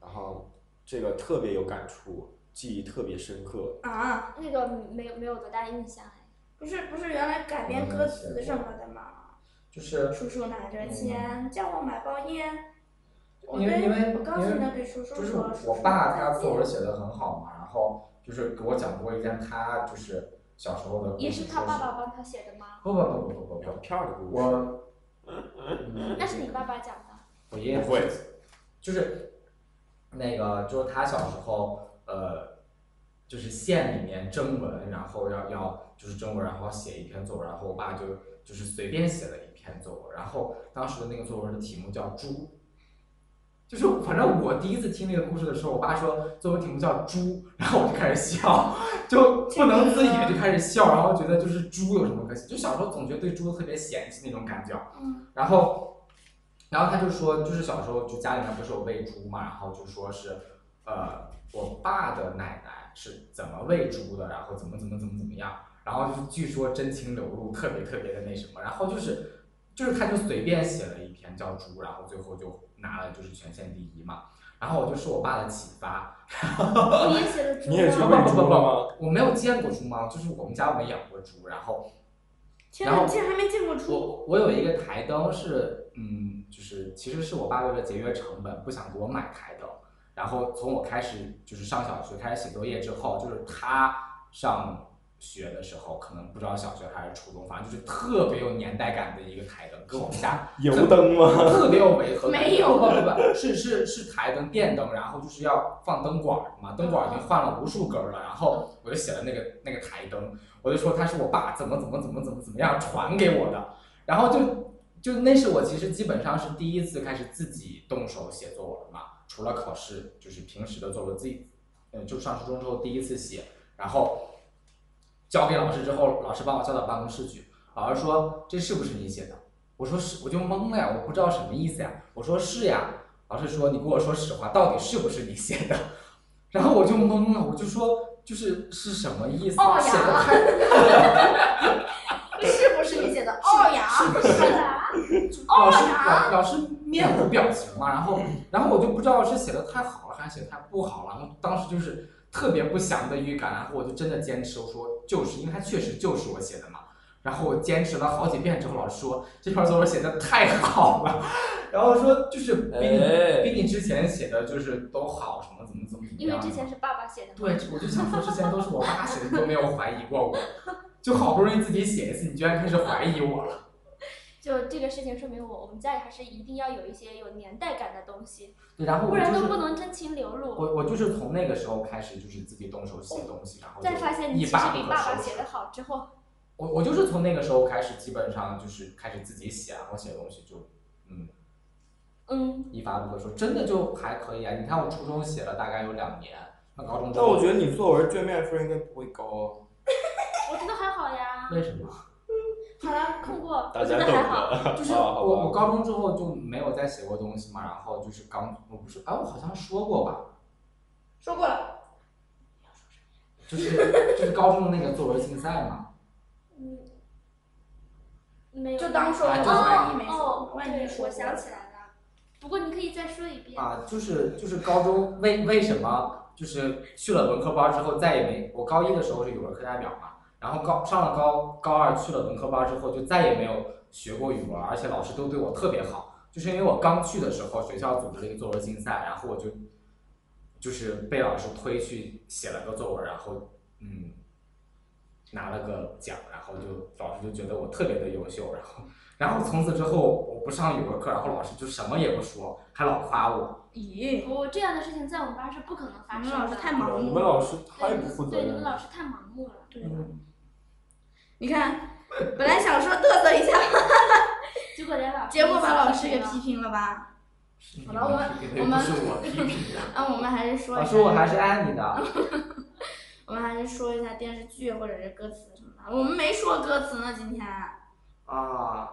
Speaker 1: 然后这个特别有感触，记忆特别深刻。
Speaker 4: 啊，
Speaker 3: 那个没有没有多大印象哎。
Speaker 4: 不是不是，原来改编歌词什么的嘛。
Speaker 5: 就是
Speaker 4: 叔叔拿着钱叫我买包烟，我
Speaker 5: 哦因为因为
Speaker 4: 对我高
Speaker 5: 因为
Speaker 4: 兴的对叔叔
Speaker 5: 就是
Speaker 4: 说，叔
Speaker 5: 我
Speaker 4: 叔
Speaker 5: 爸他
Speaker 4: 再
Speaker 5: 作
Speaker 4: 见
Speaker 5: 文写的很好嘛，然后就是给我讲过一件他就是小时候的故事，
Speaker 3: 也是他
Speaker 5: 说
Speaker 3: 爸爸帮他写的吗？
Speaker 5: 不不不不不不
Speaker 1: 两
Speaker 5: 不，
Speaker 1: 片儿的故事，
Speaker 5: 我嗯
Speaker 3: 那是你爸爸讲的。
Speaker 5: 我爷爷
Speaker 1: 不会，
Speaker 5: 就是那个就是他小时候呃，就是县里面征文，然后要要就是征文，然后写一篇作文，然后我爸就就是随便写了一篇作文，然后当时的那个作文的题目叫猪。就是反正我第一次听那个故事的时候，我爸说作文题目叫猪，然后我就开始笑，就不能自已的就开始笑，然后觉得就是猪有什么可喜，就小时候总觉得对猪特别嫌弃那种感觉。啊
Speaker 4: 嗯
Speaker 5: 然后，然后他就说，就是小时候就家里面不是有喂猪嘛，然后就说是，呃，我爸的奶奶是怎么喂猪的，然后怎么怎么怎么怎么样，然后就是据说真情流露，特别特别的那什么，然后就是就是他就随便写了一篇叫猪，然后最后就拿了就是全县第一嘛，然后我就受我爸的启发，
Speaker 3: 你也写了猪
Speaker 1: 你也去喂
Speaker 5: 不不
Speaker 3: 吗？
Speaker 5: 不
Speaker 1: 猪
Speaker 5: 不
Speaker 1: 了吗？
Speaker 5: 不，我没有见过猪猫，就是我们家没养过猪，然后。
Speaker 4: 天
Speaker 5: 然
Speaker 4: 哪，
Speaker 5: 后
Speaker 4: 竟然还没见过 猪，
Speaker 5: 我我有一个台灯是，嗯，就是其实是我爸为了节约成本，不想给我买台灯。然后从我开始就是上小学开始写作业之后，就是他上学的时候，可能不知道小学还是初中，反正就是特别有年代感的一个台灯，跟我们家
Speaker 1: 油灯吗？
Speaker 5: 特别有违和感。
Speaker 4: 没有啊
Speaker 5: 不不不，是是是台灯电灯，然后就是要放灯管儿嘛，灯管儿已经换了无数根儿了。然后我就写了那个那个台灯，我就说他是我爸怎么怎么怎么怎么怎么样传给我的，然后就就那是我其实基本上是第一次开始自己动手写作文嘛，除了考试就是平时的作文自己，呃，就上初中之后第一次写，然后交给老师之后，老师把我叫到办公室去，老师说这是不是你写的？我说是，我就懵了呀，我不知道什么意思呀，我说是呀，老师说你跟我说实话，到底是不是你写的？ 然后我就懵了，我就说就是是什么意思？啊
Speaker 4: 哦呀
Speaker 5: 写的太
Speaker 4: 是不是你写的？哦呀，
Speaker 5: 老师老老师面无表情嘛，然后然后我就不知道是写的太好了还是写的太不好了，然后当时就是特别不祥的预感，然后我就真的坚持，我说就是因为它确实就是我写的嘛，然后我坚持了好几遍之后，老师说这篇作文写的太好了， 然后说就是比你、
Speaker 8: 哎
Speaker 5: 比你之前写的就是都好，什么怎么怎么怎么
Speaker 3: 因
Speaker 5: 样
Speaker 3: 为
Speaker 5: 的，
Speaker 3: 之前是爸爸写的。
Speaker 5: 对，我就想说之前都是我爸写的，你都没有怀疑过我，就好不容易自己写一次，你居然开始怀疑我了。
Speaker 3: 就这个事情说明我我们家里还是一定要有一些有年代感的东西，
Speaker 5: 对然后我
Speaker 3: 不然
Speaker 5: 就
Speaker 3: 都
Speaker 5: 是
Speaker 3: 不能真情流露。
Speaker 5: 我我就是从那个时候开始，就是自己动手写东西，然后就
Speaker 3: 再发现你
Speaker 5: 一
Speaker 3: 其实
Speaker 5: 发
Speaker 3: 比
Speaker 5: 不可
Speaker 3: 爸爸
Speaker 5: 收拾
Speaker 3: 写的好之后，
Speaker 5: 我我就是从那个时候开始，基本上就是开始自己写，然后写东西就嗯
Speaker 3: 嗯，
Speaker 5: 一发不可收拾，真的就还可以啊。你看我初中写了大概有两年，那高中 之
Speaker 1: 但
Speaker 5: 后
Speaker 1: 我觉得你作文卷面分应该不会高哦。
Speaker 3: 我觉得还好 呀。
Speaker 5: 为什么？
Speaker 3: 好了，空过，
Speaker 8: 大
Speaker 3: 我觉
Speaker 8: 家
Speaker 3: 得
Speaker 8: 懂
Speaker 3: 还好。
Speaker 8: 的。
Speaker 5: 就是
Speaker 8: 啊好吧
Speaker 5: 我我高中之后就没有再写过东西嘛，然后就是刚我不是哎我好像说过吧，
Speaker 4: 说过了，
Speaker 5: 就是就是高中的那个作文竞赛嘛，
Speaker 3: 嗯，没有，
Speaker 4: 就当说
Speaker 5: 啊
Speaker 4: 我
Speaker 5: 就
Speaker 4: 万一没
Speaker 3: 哦
Speaker 4: 说，
Speaker 3: 哦，
Speaker 4: 万一没
Speaker 3: 对，
Speaker 4: 说
Speaker 3: 我
Speaker 4: 过
Speaker 3: 想起来了。不过你可以再说一遍。
Speaker 5: 啊，就是就是高中为为什么就是去了文科班之后再也没我高一的时候是语文课代表嘛，然后高上了高高二去了文科班之后就再也没有学过语文，而且老师都对我特别好，就是因为我刚去的时候学校组织了一个作文竞赛，然后我就就是被老师推去写了个作文，然后嗯拿了个奖，然后就老师就觉得我特别的优秀，然后然后从此之后我不上语文课，然后老师就什么也不说，还老夸我。哦
Speaker 4: 咦，
Speaker 3: 我、这样的事情在我们班是不可能发
Speaker 4: 你
Speaker 3: 生
Speaker 4: 们
Speaker 3: 的。
Speaker 4: 嗯老师太盲
Speaker 1: 你
Speaker 4: 目
Speaker 1: 们
Speaker 4: 了，
Speaker 1: 老师太不负责
Speaker 3: 对，你
Speaker 1: 任
Speaker 3: 们老
Speaker 1: 了。
Speaker 3: 师太盲目了。
Speaker 4: 对吧？
Speaker 9: 你看，本来想说嘚瑟一下，
Speaker 3: 结果连老师，
Speaker 9: 结果把老师给批。评了吧？
Speaker 5: 好
Speaker 4: 了我们我
Speaker 5: 不
Speaker 4: 们
Speaker 5: 是我批评的，
Speaker 4: 那嗯我们还是 说
Speaker 5: 老
Speaker 4: 一
Speaker 5: 师我
Speaker 4: 下，
Speaker 5: 还是爱你的。
Speaker 4: 我们还是说一下电视剧或者是歌词什么的。我们没说歌词呢，今天
Speaker 5: 啊，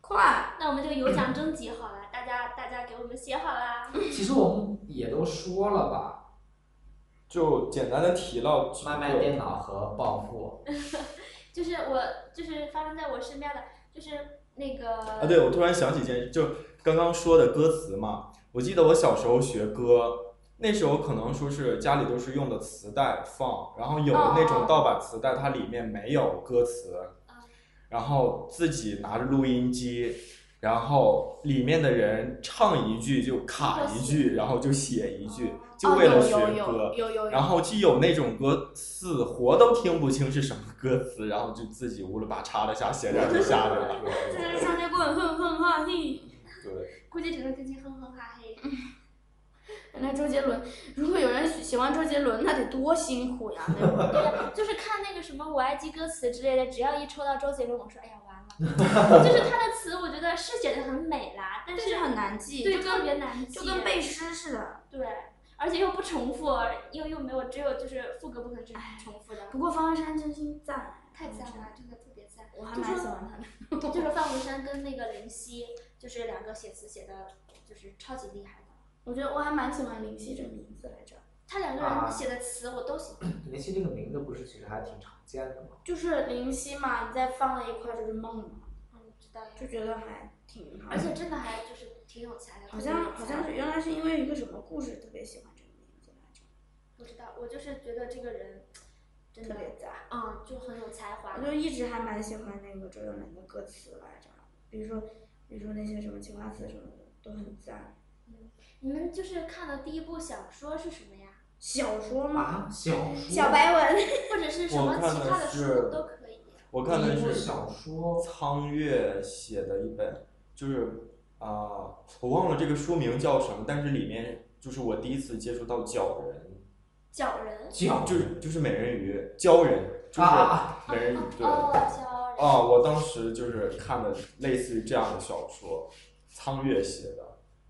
Speaker 4: 快，
Speaker 3: 那我们这个有奖征集好了，大家大家给我们写好啦。
Speaker 5: 其实我们也都说了吧，
Speaker 1: 就简单的提了几
Speaker 5: 卖卖电脑和暴富。
Speaker 3: 就是我就是发生在我身边的，就是那个
Speaker 1: 啊，对，我突然想起一件事，就刚刚说的歌词嘛，我记得我小时候学歌，那时候可能说是家里都是用的磁带放，然后有的那
Speaker 3: 哦哦
Speaker 1: 种盗版磁带，它里面没有歌词，
Speaker 4: 哦
Speaker 1: 然后自己拿着录音机，然后里面的人唱一句就卡一句，然后就写一句，就
Speaker 4: 哦，
Speaker 1: 为了
Speaker 4: 有
Speaker 1: 学
Speaker 4: 有
Speaker 1: 歌
Speaker 4: 有。有有
Speaker 1: 然
Speaker 4: 有，
Speaker 1: 后就有那种歌死活都听不清是什么歌词，然后就自己乌了吧叉的瞎写点儿就瞎的了。
Speaker 4: 这是上街棍哼哼哈嘿。
Speaker 1: 对。
Speaker 3: 估计只能跟进哼哼哈嘿。
Speaker 4: 嗯那周杰伦，如果有人喜喜欢周杰伦，那得多辛苦呀，对吧？
Speaker 3: 对呀， 就是看那个什么我爱记歌词之类的，只要一抽到周杰伦，我说哎呀完了， 就是他的词，我觉得是写的很美啦，但
Speaker 4: 但
Speaker 3: 是
Speaker 4: 是很难记，
Speaker 3: 对
Speaker 4: 就
Speaker 3: 特
Speaker 4: 跟
Speaker 3: 别难记，
Speaker 4: 就跟背诗似的。
Speaker 3: 对，而且又不重复，又又没有只有就是副歌部分是
Speaker 4: 哎
Speaker 3: 重复的，
Speaker 4: 不过方文山真心赞，啊
Speaker 3: 太赞了，真的特别赞。
Speaker 4: 嗯我还蛮喜欢他的。
Speaker 3: 就是范文山跟那个林夕，就是两个写词写的，就是超级厉害的。
Speaker 4: 我觉得我还蛮喜欢林夕这个名字来着，
Speaker 3: 他两个人写的词我都喜欢，
Speaker 5: 林夕这个名字不是其实还挺常见的吗？
Speaker 4: 就是林夕嘛，你再放在一块儿就是梦嘛，
Speaker 3: 嗯，知道呀。
Speaker 4: 就觉得还挺好。
Speaker 3: 而且真的还就是挺有才的，
Speaker 4: 好像好像是原来是因为一个什么故事特别喜欢这个名字来着，
Speaker 3: 不知道，我就是觉得这个人真
Speaker 4: 特
Speaker 3: 的，
Speaker 4: 别赞。
Speaker 3: 嗯，就很有才华
Speaker 4: 我。就一直还蛮喜欢那个周杰伦的歌词来着，比如说比如说那些什么青花瓷什么的都很赞。
Speaker 3: 你们就是看的第一部小说是什么呀？
Speaker 4: 小说嘛，
Speaker 5: 啊，小说。
Speaker 4: 嗯小白文，
Speaker 3: 或者是什么
Speaker 1: 我看
Speaker 3: 其
Speaker 1: 的
Speaker 3: 他的
Speaker 1: 是
Speaker 3: 书都可以。
Speaker 1: 我看的
Speaker 5: 第一部
Speaker 1: 是
Speaker 5: 小说。
Speaker 1: 苍月写的一本，就是啊、我忘了这个书名叫什么，但是里面就是我第一次接触到鲛人，
Speaker 3: 角人，
Speaker 5: 讲
Speaker 1: 就是就是美人鱼，鲛人就
Speaker 5: 啊啊啊！
Speaker 1: 是美人鱼，对，
Speaker 3: 哦
Speaker 1: 啊、，
Speaker 3: 角人。
Speaker 1: 我当时就是看的类似于这样的小说，苍月写的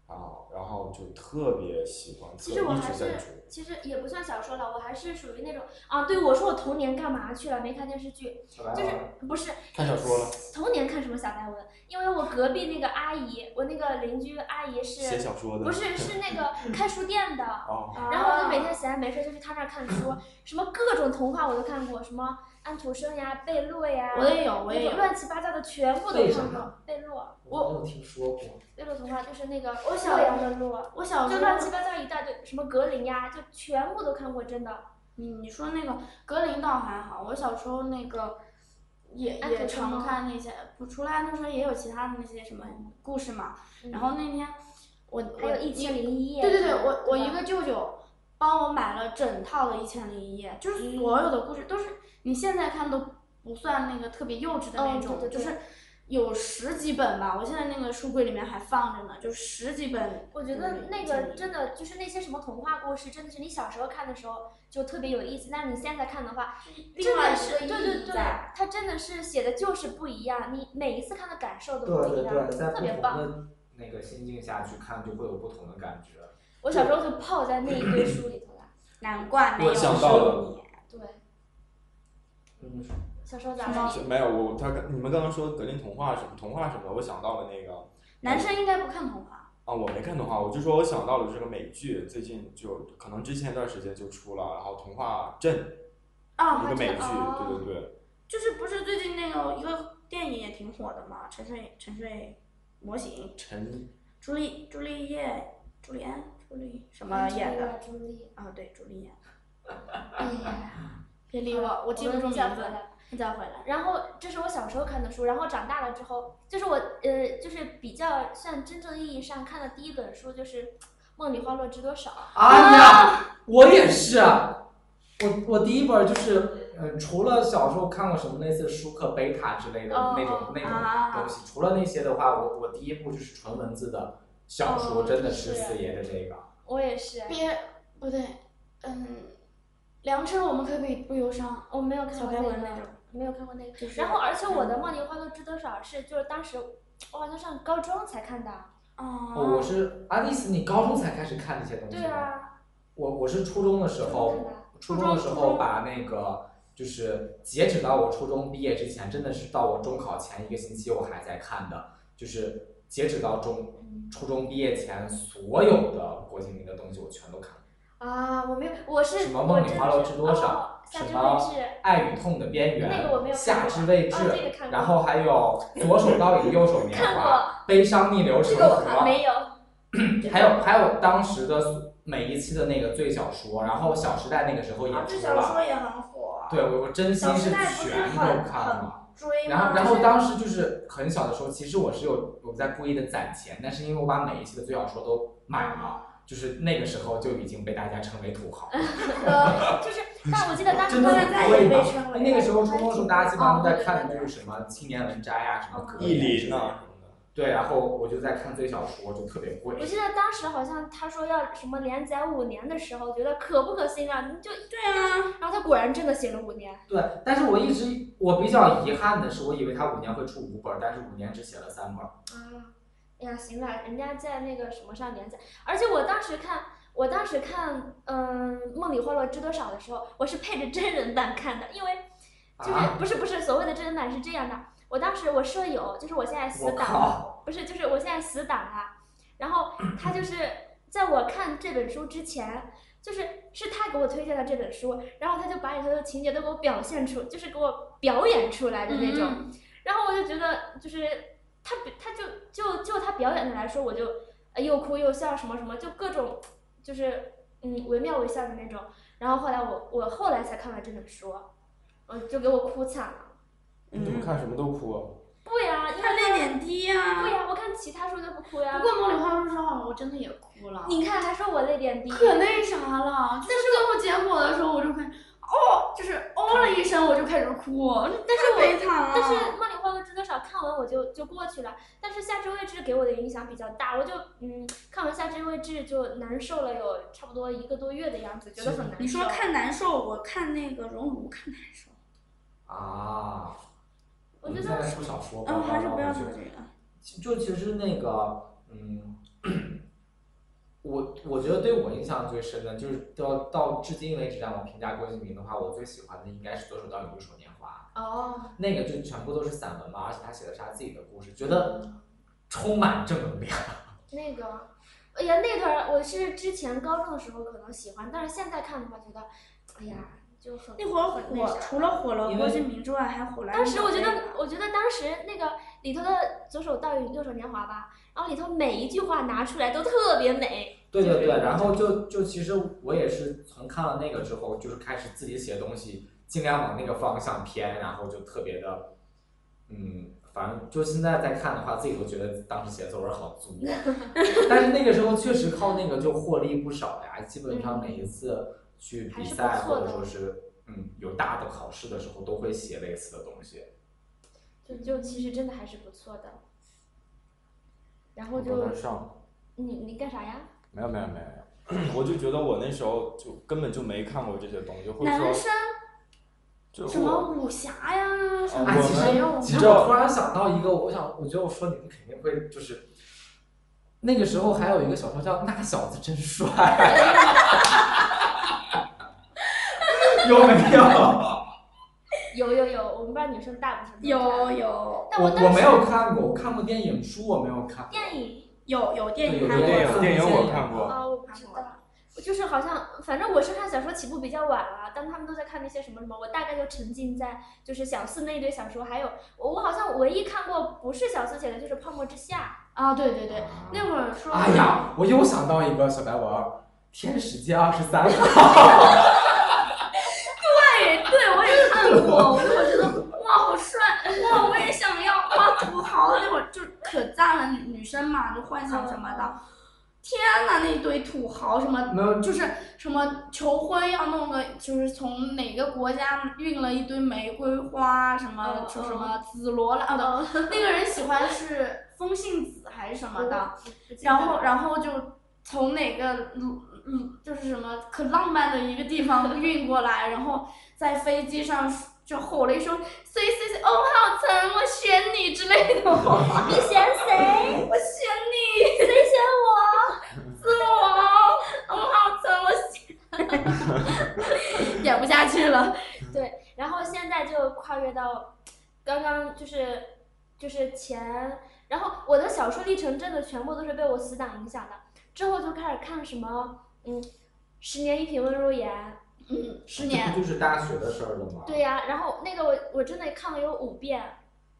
Speaker 1: 啊，然后就特别喜欢，特
Speaker 3: 其实我
Speaker 1: 一
Speaker 3: 还
Speaker 1: 直
Speaker 3: 是
Speaker 1: 在追。，
Speaker 3: 其实也不算小说了，我还是属于那种啊，对我说我童年干嘛去了，没看电视剧，
Speaker 5: 小白
Speaker 3: 就是
Speaker 5: 文
Speaker 3: 不是
Speaker 1: 啊看小说了，
Speaker 3: 童年看什么小白文？因为我隔壁那个阿姨，我那个邻居阿姨
Speaker 1: 写
Speaker 3: 是，
Speaker 1: 小说的，
Speaker 3: 不是是那个开书店的，
Speaker 1: 哦，
Speaker 3: 然后我就
Speaker 4: 嗯
Speaker 3: 每天闲着没事就去她那儿看书，什么各种童话我都看过，什么安徒生呀、贝洛呀，
Speaker 4: 啊我也有我也
Speaker 3: 那
Speaker 4: 有，
Speaker 3: 种乱七八糟的全部都
Speaker 5: 贝什
Speaker 3: 看过
Speaker 5: 么。
Speaker 3: 贝洛，
Speaker 5: 我没有听说过。
Speaker 3: 贝洛童话就是那个
Speaker 4: 我小哦
Speaker 3: 洛阳的洛，
Speaker 4: 我小时候
Speaker 3: 就乱七八糟一大堆，什么格林呀，就全部都看过，真的。
Speaker 4: 你你说那个格林倒还好，我小时候那个也
Speaker 3: 安徒
Speaker 4: 也
Speaker 3: 生
Speaker 4: 常
Speaker 3: 吗
Speaker 4: 看那些，不除了安徒生也有其他的那些什么故事嘛。
Speaker 3: 嗯
Speaker 4: 然后那天我我
Speaker 3: 还有一千零一夜。
Speaker 4: 对对对，我我一
Speaker 3: 吧
Speaker 4: 个舅舅帮我买了整套的《一千零一夜》，
Speaker 3: 嗯
Speaker 4: 就是所有的故事都是你现在看都不算那个特别幼稚的那
Speaker 3: 嗯
Speaker 4: 种，
Speaker 3: 对对对
Speaker 4: 就是有十几本吧，我现在那个书柜里面还放着呢，就十几本。
Speaker 3: 嗯我觉得
Speaker 4: 嗯
Speaker 3: 那个真的就是那些什么童话故事，真的是你小时候看的时候就特别有意思，但是你现在看的话，真
Speaker 4: 另外
Speaker 3: 的
Speaker 4: 一
Speaker 3: 是
Speaker 4: 个
Speaker 3: 对
Speaker 4: 意
Speaker 3: 对
Speaker 4: 义
Speaker 3: 对
Speaker 4: 在。，
Speaker 3: 它真的是写的就是不一样，你每一次看的感受都
Speaker 5: 对
Speaker 3: 不一
Speaker 5: 对
Speaker 3: 样，
Speaker 5: 对，在
Speaker 3: 特
Speaker 5: 不
Speaker 3: 别
Speaker 5: 同
Speaker 3: 棒。
Speaker 5: 的那个心境下去看，就会有不同的感觉。
Speaker 3: 我小时候就泡在那一堆书里头了。
Speaker 4: 难怪没
Speaker 1: 我
Speaker 4: 有
Speaker 1: 想
Speaker 4: 收
Speaker 1: 到了
Speaker 4: 你。
Speaker 3: 对，
Speaker 5: 嗯，
Speaker 3: 小时候
Speaker 4: 什
Speaker 3: 咋
Speaker 4: 么
Speaker 3: 了？
Speaker 1: 没有我他刚你们刚刚说格林童话什么童话什么的，我想到了那个。
Speaker 4: 男生应该不看童话。
Speaker 1: 啊，我没看童话，我就说我想到了这个美剧，最近就可能之前一段时间就出了，然后《童话镇》嗯
Speaker 4: 啊，
Speaker 1: 一
Speaker 4: 我
Speaker 1: 个
Speaker 4: 知
Speaker 1: 美
Speaker 4: 道
Speaker 1: 剧，
Speaker 3: 哦
Speaker 1: 对对对，
Speaker 4: 就是不是最近那个一个
Speaker 10: 电影也挺火的嘛，沉睡沉睡模型，
Speaker 8: 陈
Speaker 10: 朱丽朱丽叶、朱丽安、朱丽什
Speaker 6: 嗯
Speaker 10: 么演的？
Speaker 3: 嗯
Speaker 10: 嗯
Speaker 3: 朱莉，
Speaker 10: 啊，对，朱丽演的。
Speaker 3: 哎呀，
Speaker 6: 别理我，我记不住名
Speaker 3: 再回
Speaker 6: 字。
Speaker 3: 来。
Speaker 6: 你再回来。
Speaker 3: 然后这是我小时候看的书，然后长大了之后，就是我呃，就是比较算真正意义上看的第一本书就是《梦里花落知多少》。
Speaker 5: 哎呀，我也是啊，我我第一本就是，呃，除了小时候看过什么类似舒克、贝塔之类的
Speaker 3: 哦
Speaker 5: 那种
Speaker 3: 哦
Speaker 5: 那种
Speaker 10: 啊
Speaker 5: 东西，除了那些的话，我我第一部就是纯文字的小说，
Speaker 3: 哦
Speaker 5: 真的是
Speaker 3: 是啊
Speaker 5: 四爷的这个。
Speaker 3: 我也是，
Speaker 6: 别，不对，嗯，良知我们可以不忧伤。
Speaker 3: 我没有看
Speaker 10: 小
Speaker 3: 过
Speaker 10: 白
Speaker 3: 那
Speaker 10: 文
Speaker 3: 个
Speaker 10: 那，种，
Speaker 3: 没有看过那个。
Speaker 10: 就是嗯
Speaker 3: 然后，而且我的《梦里花落知多少》是就是当时我好像上高中才看的。
Speaker 5: 我
Speaker 10: 哦，
Speaker 5: 我是阿丽丝，你高中才开始看这些东西
Speaker 3: 对
Speaker 5: 吗？
Speaker 3: 啊，
Speaker 5: 我我是初中的时候
Speaker 3: 初中看
Speaker 5: 初中
Speaker 3: 的，
Speaker 5: 的时候把那个就是截止到我初中毕业之前，真的是到我中考前一个星期我还在看的，就是截止到中
Speaker 3: 嗯
Speaker 5: 初中毕业前所有的郭敬明的东西我全都看了，
Speaker 3: 啊，我没有，我是
Speaker 5: 什么
Speaker 3: 我
Speaker 5: 梦里
Speaker 3: 真的
Speaker 5: 花落
Speaker 3: 是
Speaker 5: 知多少
Speaker 3: 哦夏
Speaker 5: 什
Speaker 3: 至
Speaker 5: 么
Speaker 3: 未至
Speaker 5: 《爱与痛的边缘》
Speaker 3: 那个我没有看
Speaker 5: 夏
Speaker 3: 过
Speaker 5: 至未至
Speaker 3: 啊》这个看过
Speaker 5: 然后还有左手倒影右手棉
Speaker 3: 看
Speaker 5: 花
Speaker 3: 过，
Speaker 5: 悲伤逆流
Speaker 3: 这
Speaker 5: 成
Speaker 3: 个我
Speaker 5: 河，
Speaker 3: 还没有。
Speaker 5: 还有还有当时的每一期的那个最小说，然后《小时代》那个时候也
Speaker 10: 啊，这
Speaker 5: 出
Speaker 10: 小
Speaker 5: 了，
Speaker 10: 说也很火。
Speaker 5: 对我我真心
Speaker 10: 小时
Speaker 5: 是
Speaker 10: 代不是
Speaker 5: 全
Speaker 10: 很
Speaker 5: 都看了。
Speaker 10: 追吗？
Speaker 5: 然后然后当时就是很小的时候，其实我是有我在故意的攒钱，但是因为我把每一期的最小说都买了，就是那个时候就已经被大家称为土豪。
Speaker 10: 嗯
Speaker 3: 呃， 就是，但我记得当时
Speaker 5: 真的
Speaker 3: 都
Speaker 5: 很
Speaker 3: 是在
Speaker 5: 贵吗
Speaker 10: 称
Speaker 5: 那个时候初中的时候，大家基本上都在看的就是什么青年文摘啊，什么格
Speaker 8: 意
Speaker 5: 言之类
Speaker 8: 林
Speaker 5: 的。
Speaker 8: 啊，
Speaker 5: 对，然后我就在看最小说，就特别贵。
Speaker 3: 我记得当时好像他说要什么连载五年的时候，觉得可不可信啊？你就对啊，然后他果然真的写了五年。
Speaker 5: 对，但是我一直我比较遗憾的是，我以为他五年会出五本儿，但是五年只写了三本儿。
Speaker 3: 啊，哎呀，行了，人家在那个什么上连载，而且我当时看，我当时看，嗯、梦里花落知多少》的时候，我是配着真人版看的，因为就是、
Speaker 5: 啊
Speaker 3: 不是不是所谓的真人版是这样的，我当时我舍友就是我现在死
Speaker 5: 我
Speaker 3: 党，不是就是我现在死党啊，然后他 就是在我看这本书之前。就是是他给我推荐的这本书，然后他就把里头的情节都给我表现出，就是给我表演出
Speaker 6: 嗯
Speaker 3: 来的那
Speaker 4: 嗯
Speaker 3: 种。然后我就觉得，就是他比他就就就他表演的来说，我就呃又哭又笑什么什么，就各种就是嗯惟妙惟肖的那种。然后后来我我后来才看完这本书，我就给我哭惨了。
Speaker 8: 你怎么看什么都哭啊？
Speaker 3: 不呀，因
Speaker 4: 他
Speaker 3: 为
Speaker 4: 泪点低呀、
Speaker 3: 不呀，我看其他书就不哭呀
Speaker 6: 不。过《梦里花落知多少》我真的也哭了，
Speaker 3: 你看还说我泪点低，
Speaker 6: 可那啥了。就是最后结果的时候，我就开始哦，就是哦了一声，我就开始哭。但是
Speaker 4: 太
Speaker 6: 我
Speaker 4: 悲惨了。
Speaker 3: 但是《梦里花落知多少》看完我就就过去了，但是《夏至未至》给我的影响比较大，我就嗯看完《夏至未至》就难受了有差不多一个多月的样子，觉得很难受。
Speaker 4: 你说看难受，我看那个《熔炉》看难受。
Speaker 5: 啊，
Speaker 3: 我觉
Speaker 5: 们
Speaker 3: 得
Speaker 5: 现在出小
Speaker 3: 哦
Speaker 5: 说吧，
Speaker 4: 嗯，还是
Speaker 5: 然后
Speaker 4: 不要
Speaker 5: 就
Speaker 4: 说这个。
Speaker 5: 其就其实那个，嗯，我我觉得对我印象最深的，就是到到至今为止让我评价郭敬明的话，我最喜欢的应该是《左手倒影右手拈花》。哦。那个就全部都是散文嘛，而且他写的是他自己的故事，觉得充满正能量。
Speaker 3: 那个，哎呀，那段儿我是之前高中的时候可能喜欢，但是现在看的话觉得，哎呀，就很
Speaker 4: 那会儿
Speaker 3: 很那
Speaker 4: 火，
Speaker 3: 啥。
Speaker 4: 除了火了
Speaker 5: 因为
Speaker 4: 郭敬明之外，还火了。
Speaker 3: 当时我觉
Speaker 4: 啊
Speaker 3: 得，我觉得当时那个里头的左手倒影右手年华吧，然后里头每一句话拿出来都特别美。
Speaker 5: 对对
Speaker 3: 就是
Speaker 5: 对，然后就就其实我也是从看了那个之后，就是开始自己写东西，尽量往那个方向偏，然后就特别的，嗯，反正就现在再看的话，自己都觉得当时写作文好作， 但是那个时候确实靠那个就获利不少呀，基本上每一次去比
Speaker 3: 嗯还
Speaker 5: 赛
Speaker 3: 是不错
Speaker 5: 或
Speaker 3: 的
Speaker 5: 者说是嗯有大的考试的时候，都会写类似的东西。
Speaker 3: 就就其实真的还是不错的。然后
Speaker 8: 我
Speaker 3: 就
Speaker 8: 不能上。
Speaker 3: 你你干啥呀？
Speaker 8: 没有没有没有没有，我 就觉得我那时候就根本就没看过这些东西，或者
Speaker 4: 男
Speaker 8: 说
Speaker 4: 生
Speaker 8: 就
Speaker 6: 什么武侠
Speaker 3: 哦
Speaker 6: 呀，什
Speaker 8: 啊
Speaker 5: 啊，
Speaker 8: 我
Speaker 5: 其实
Speaker 6: 么
Speaker 5: 其实我突然想到一个，我想，我觉得我说你们肯定会就是，那个时候还有一个小说叫《那小子真帅》， 有没有？
Speaker 3: 有有有，我们班女生大部分都这样
Speaker 4: 有有
Speaker 3: 但
Speaker 5: 我
Speaker 3: 当时
Speaker 5: 我没有看过，我看过电影，书我没有看。
Speaker 3: 电影
Speaker 4: 有有电
Speaker 5: 对，
Speaker 4: 影
Speaker 5: 有
Speaker 4: 还
Speaker 5: 的
Speaker 4: 火
Speaker 8: 电
Speaker 5: 电
Speaker 8: 影电
Speaker 5: 影
Speaker 8: 影我看过
Speaker 3: 啊，我不
Speaker 4: 看
Speaker 3: 知
Speaker 4: 过
Speaker 3: 道。就是好像，反正我是看小说起步比较晚了，当他们都在看那些什么什么，我大概就沉浸在就是小四那一堆小说，还有我我好像唯一看过不是小四写的就是《泡沫之夏
Speaker 6: 啊，对对对，那会儿说，
Speaker 5: 哎呀，我又想到一个小白文儿，《天使街二十三号》。
Speaker 4: 对，对我也看过，我就觉得哇好帅，哇我也想要，哇土豪那会儿就可赞了，女女生嘛就幻想什么的。天呐，那堆土豪什么，
Speaker 5: 没有
Speaker 4: 就是什么求婚要弄个，就是从哪个国家运了一堆玫瑰花，什么
Speaker 3: 嗯
Speaker 4: 说
Speaker 3: 嗯
Speaker 4: 什么紫罗兰，哦，对那个人喜欢是风信子还是什》么的，
Speaker 3: 不记得
Speaker 4: 然后然后就从哪个鲁鲁就是什么可浪漫的一个地方运过来，然后在飞机上就吼了一声 “C C C”，哦，浩辰，我选你之类的 话，
Speaker 3: 你选谁？
Speaker 4: 我选你，
Speaker 3: 谁选我？
Speaker 4: 是我，哦，浩辰，我选，演不下去了，
Speaker 3: 然后现在就跨越到刚刚就是就是前，然后我的小说历程真的全部都是被我死党影响的，之后就开始看什么嗯，《十年一品温如言》。
Speaker 4: 嗯，十年，
Speaker 5: 就是大学的事儿了吗？
Speaker 3: 对呀、然后那个我我真的看了有五遍，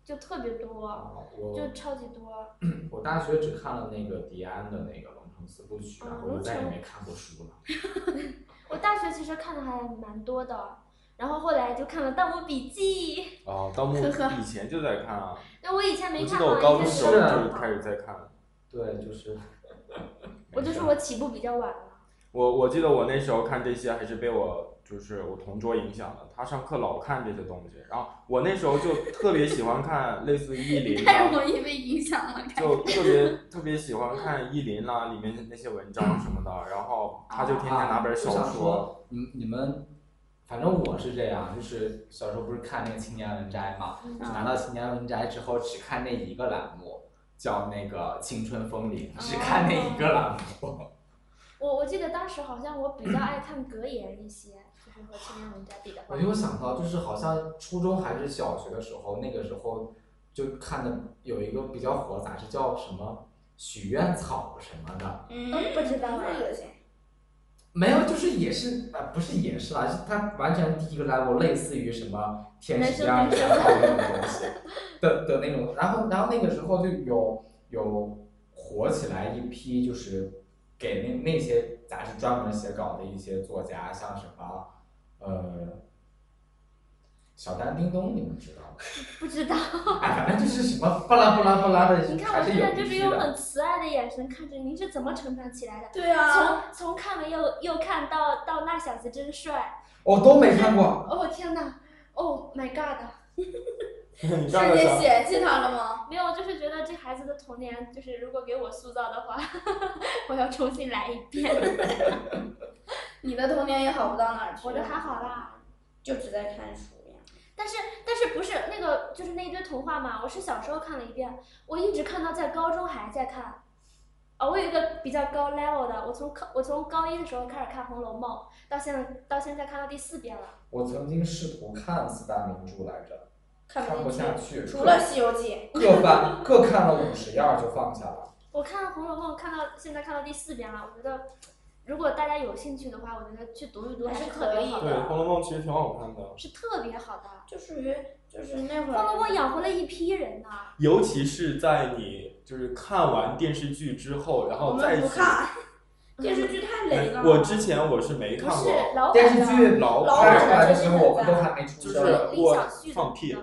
Speaker 3: 就特别多，
Speaker 5: 啊，
Speaker 3: 就
Speaker 5: 我
Speaker 3: 超级多。
Speaker 5: 我大学只看了那个迪安的那个《龙城四部曲》，然后我就再也没看过书了。
Speaker 3: 我大学其实看的还蛮多的，然后后来就看了《盗墓笔记》，
Speaker 8: 哦，盗墓
Speaker 4: 呵呵
Speaker 8: 以前就在看啊，
Speaker 3: 那我以前没
Speaker 8: 我记
Speaker 3: 看
Speaker 8: 得
Speaker 3: 过，
Speaker 8: 我高中
Speaker 3: 以前
Speaker 8: 时
Speaker 5: 时
Speaker 8: 候
Speaker 5: 候
Speaker 3: 就
Speaker 5: 就
Speaker 8: 就
Speaker 3: 看
Speaker 8: 开始在看。
Speaker 5: 对，就是
Speaker 3: 我就说我起步比较晚了。
Speaker 8: 我我记得我那时候看这些还是被我就是我同桌影响的，他上课老看这些东西，然后我那时候就特别喜欢看类似于意林
Speaker 4: 太
Speaker 8: 啊，
Speaker 4: 容易被影响了，
Speaker 8: 就特别特别喜欢看意林啊啦、里面的那些文章什么的，然后他就天天拿本小
Speaker 5: 啊我想
Speaker 8: 说，
Speaker 5: 说，你你们，反正我是这样，就是小时候不是看那个《青年文摘》嘛，
Speaker 3: 嗯
Speaker 5: 就拿到《青年文摘》之后，只看那一个栏目，叫那个《青春风铃》，只看那一个栏目。
Speaker 3: 我我记得当时好像我比较爱看格言一些，就是和青年文摘比的话
Speaker 5: 我，又想到，就是好像初中还是小学的时候，那个时候就看的有一个比较火的杂志叫什么《许愿草》什么的，
Speaker 4: 嗯，
Speaker 10: 不知道啊。
Speaker 4: 恶心。
Speaker 5: 没有，就是也是啊、不是也是啦，是它完全第一个 level 类似于什么天使样的那种东西 的的那种，然后然后那个时候就有有火起来一批，就是给那那些杂志专门写稿的一些作家，像什么呃小丹叮咚，你们知道吗？
Speaker 3: 不知道。
Speaker 5: 哎，反正就是什么巴拉巴拉巴拉的，
Speaker 3: 你看
Speaker 5: 还
Speaker 3: 我
Speaker 5: 是
Speaker 3: 现
Speaker 5: 有
Speaker 3: 在就
Speaker 5: 一
Speaker 3: 是
Speaker 5: 批
Speaker 3: 用
Speaker 5: 的
Speaker 3: 很慈爱的眼神看着你，你是怎么成长起来的？
Speaker 4: 对啊，
Speaker 3: 从从看了又又看到到那小子真帅，
Speaker 5: 我都没看 过，
Speaker 3: 哦天哪，Oh my god！
Speaker 8: 你干
Speaker 4: 瞬
Speaker 8: 了
Speaker 4: 间
Speaker 8: 啥？
Speaker 4: 嫌弃他了吗？
Speaker 3: 没有，就是觉得这孩子的童年，就是如果给我塑造的话， 我要重新来一遍。
Speaker 4: 你的童年也好不到哪儿去，
Speaker 3: 我的还好，啦，
Speaker 4: 就只在看书呀。
Speaker 3: 但是但是不是那个就是那一堆童话嘛？我是小时候看了一遍，我一直看到在高中还在看。哦，我有一个比较高 level 的，我从高我从高一的时候开始看《红楼梦》，到现在到现在看到第四遍了。
Speaker 2: 我曾经试图看四大名著来着，
Speaker 4: 看不
Speaker 2: 看不
Speaker 4: 进去
Speaker 2: 下去，
Speaker 4: 除了《西游记
Speaker 2: 各翻各看了五十页儿就放下了。
Speaker 3: 我看《红楼梦》看到现在看到第四遍了，我觉得如果大家有兴趣的话，我觉得去读一读
Speaker 4: 还
Speaker 3: 是
Speaker 4: 是
Speaker 3: 特别
Speaker 4: 可以
Speaker 3: 好
Speaker 8: 对，
Speaker 3: 的，
Speaker 8: 《红楼梦》其实挺好看的，
Speaker 3: 是特别好的。》，
Speaker 4: 就属于就是那会
Speaker 3: 《红楼
Speaker 4: 儿，
Speaker 3: 梦》养活了一批人呢、
Speaker 8: 尤其是在你就是看完电视剧之后，然
Speaker 4: 我
Speaker 8: 后哦再
Speaker 4: 们
Speaker 8: 去哎
Speaker 4: 不。 看电视剧太雷了。
Speaker 8: 我之前我是没看
Speaker 3: 不是
Speaker 8: 过，
Speaker 3: 老
Speaker 5: 电
Speaker 3: 版
Speaker 5: 视
Speaker 3: 的，
Speaker 5: 剧
Speaker 8: 老
Speaker 4: 老
Speaker 5: 拍
Speaker 4: 版
Speaker 5: 出
Speaker 4: 的
Speaker 5: 来的
Speaker 3: 真
Speaker 5: 时
Speaker 3: 的
Speaker 5: 候，我们
Speaker 3: 在
Speaker 5: 都还没出
Speaker 8: 就
Speaker 5: 生。
Speaker 8: 是
Speaker 3: 李
Speaker 8: 我
Speaker 3: 小旭
Speaker 8: 放屁
Speaker 3: 的，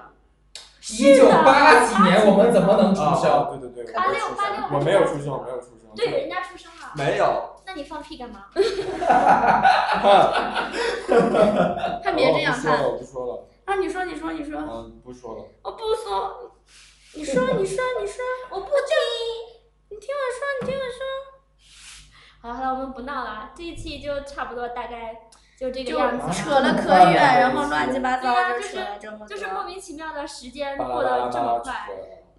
Speaker 5: 一九八几年，我们怎么能出
Speaker 8: 啊
Speaker 5: 生？
Speaker 8: 对对对，
Speaker 3: 八六八六，
Speaker 8: 我没有出生，我没有出生，
Speaker 3: 对，人家出生了，
Speaker 8: 没有。
Speaker 3: 那你放屁干嘛？
Speaker 4: 看别这样看。
Speaker 8: 哦我不说了，
Speaker 4: 啊，你说，你说，你
Speaker 8: 我不说了，
Speaker 4: 说，
Speaker 8: 嗯，不说了。
Speaker 4: 我不说，你说，你说，你说，
Speaker 3: 我不
Speaker 4: 你听我说，你听我说。
Speaker 3: 好了好了，我们不闹了，这一期就差不多，大概就这个
Speaker 4: 就
Speaker 3: 样子。
Speaker 4: 扯了可
Speaker 8: 哦
Speaker 4: 远，然后乱七八糟
Speaker 3: 对啊
Speaker 4: 的
Speaker 3: 就是
Speaker 4: 扯了这么多。
Speaker 3: 就是莫名其妙的时间
Speaker 8: 巴拉
Speaker 3: 嗯过
Speaker 8: 巴拉
Speaker 3: 得这
Speaker 8: 巴
Speaker 3: 么
Speaker 8: 拉
Speaker 3: 快。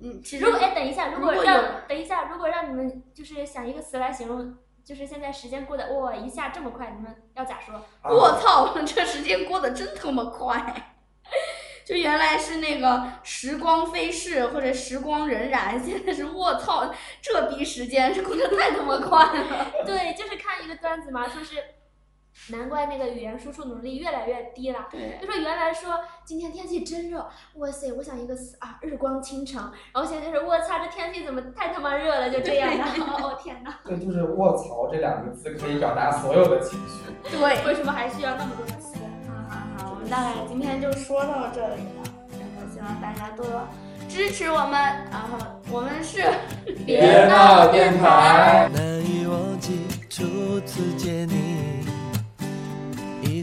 Speaker 4: 嗯，其实
Speaker 3: 如果哎，等一下，如果
Speaker 4: 如果
Speaker 3: 让等一下，如果让你们就是想一个词来形容，就是现在时间过得哇一下这么快，你们要咋说？
Speaker 2: 啊
Speaker 4: 我操，这时间过得真他妈快。
Speaker 6: 就原来是那个时光飞逝或者时光荏苒，现在是卧槽，这逼时间是过得太他妈快了。
Speaker 8: 嗯
Speaker 3: 对，就是看一个段子嘛，说是。难怪那个语言输出能力越来越低了。
Speaker 6: 对
Speaker 3: 就说原来说今天天气真热，哇塞，我想一个死啊日光倾城，然后现在就是我擦，这天气怎么太他妈热了，就这样的， 哦天哪！
Speaker 5: 对，就是“卧槽”这两个字可以表达所有的情绪。
Speaker 6: 对，
Speaker 3: 为什么还需要那么多的词？
Speaker 6: 好好好，我们大概今天就说到这里了，然后希望大家多多支持我们，然后我们是
Speaker 5: 别闹电台。
Speaker 11: 难以忘记初次见你，一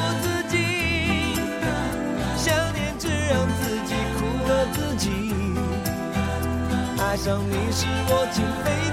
Speaker 11: 自禁，想念只让自己苦了自己。爱上你是我情非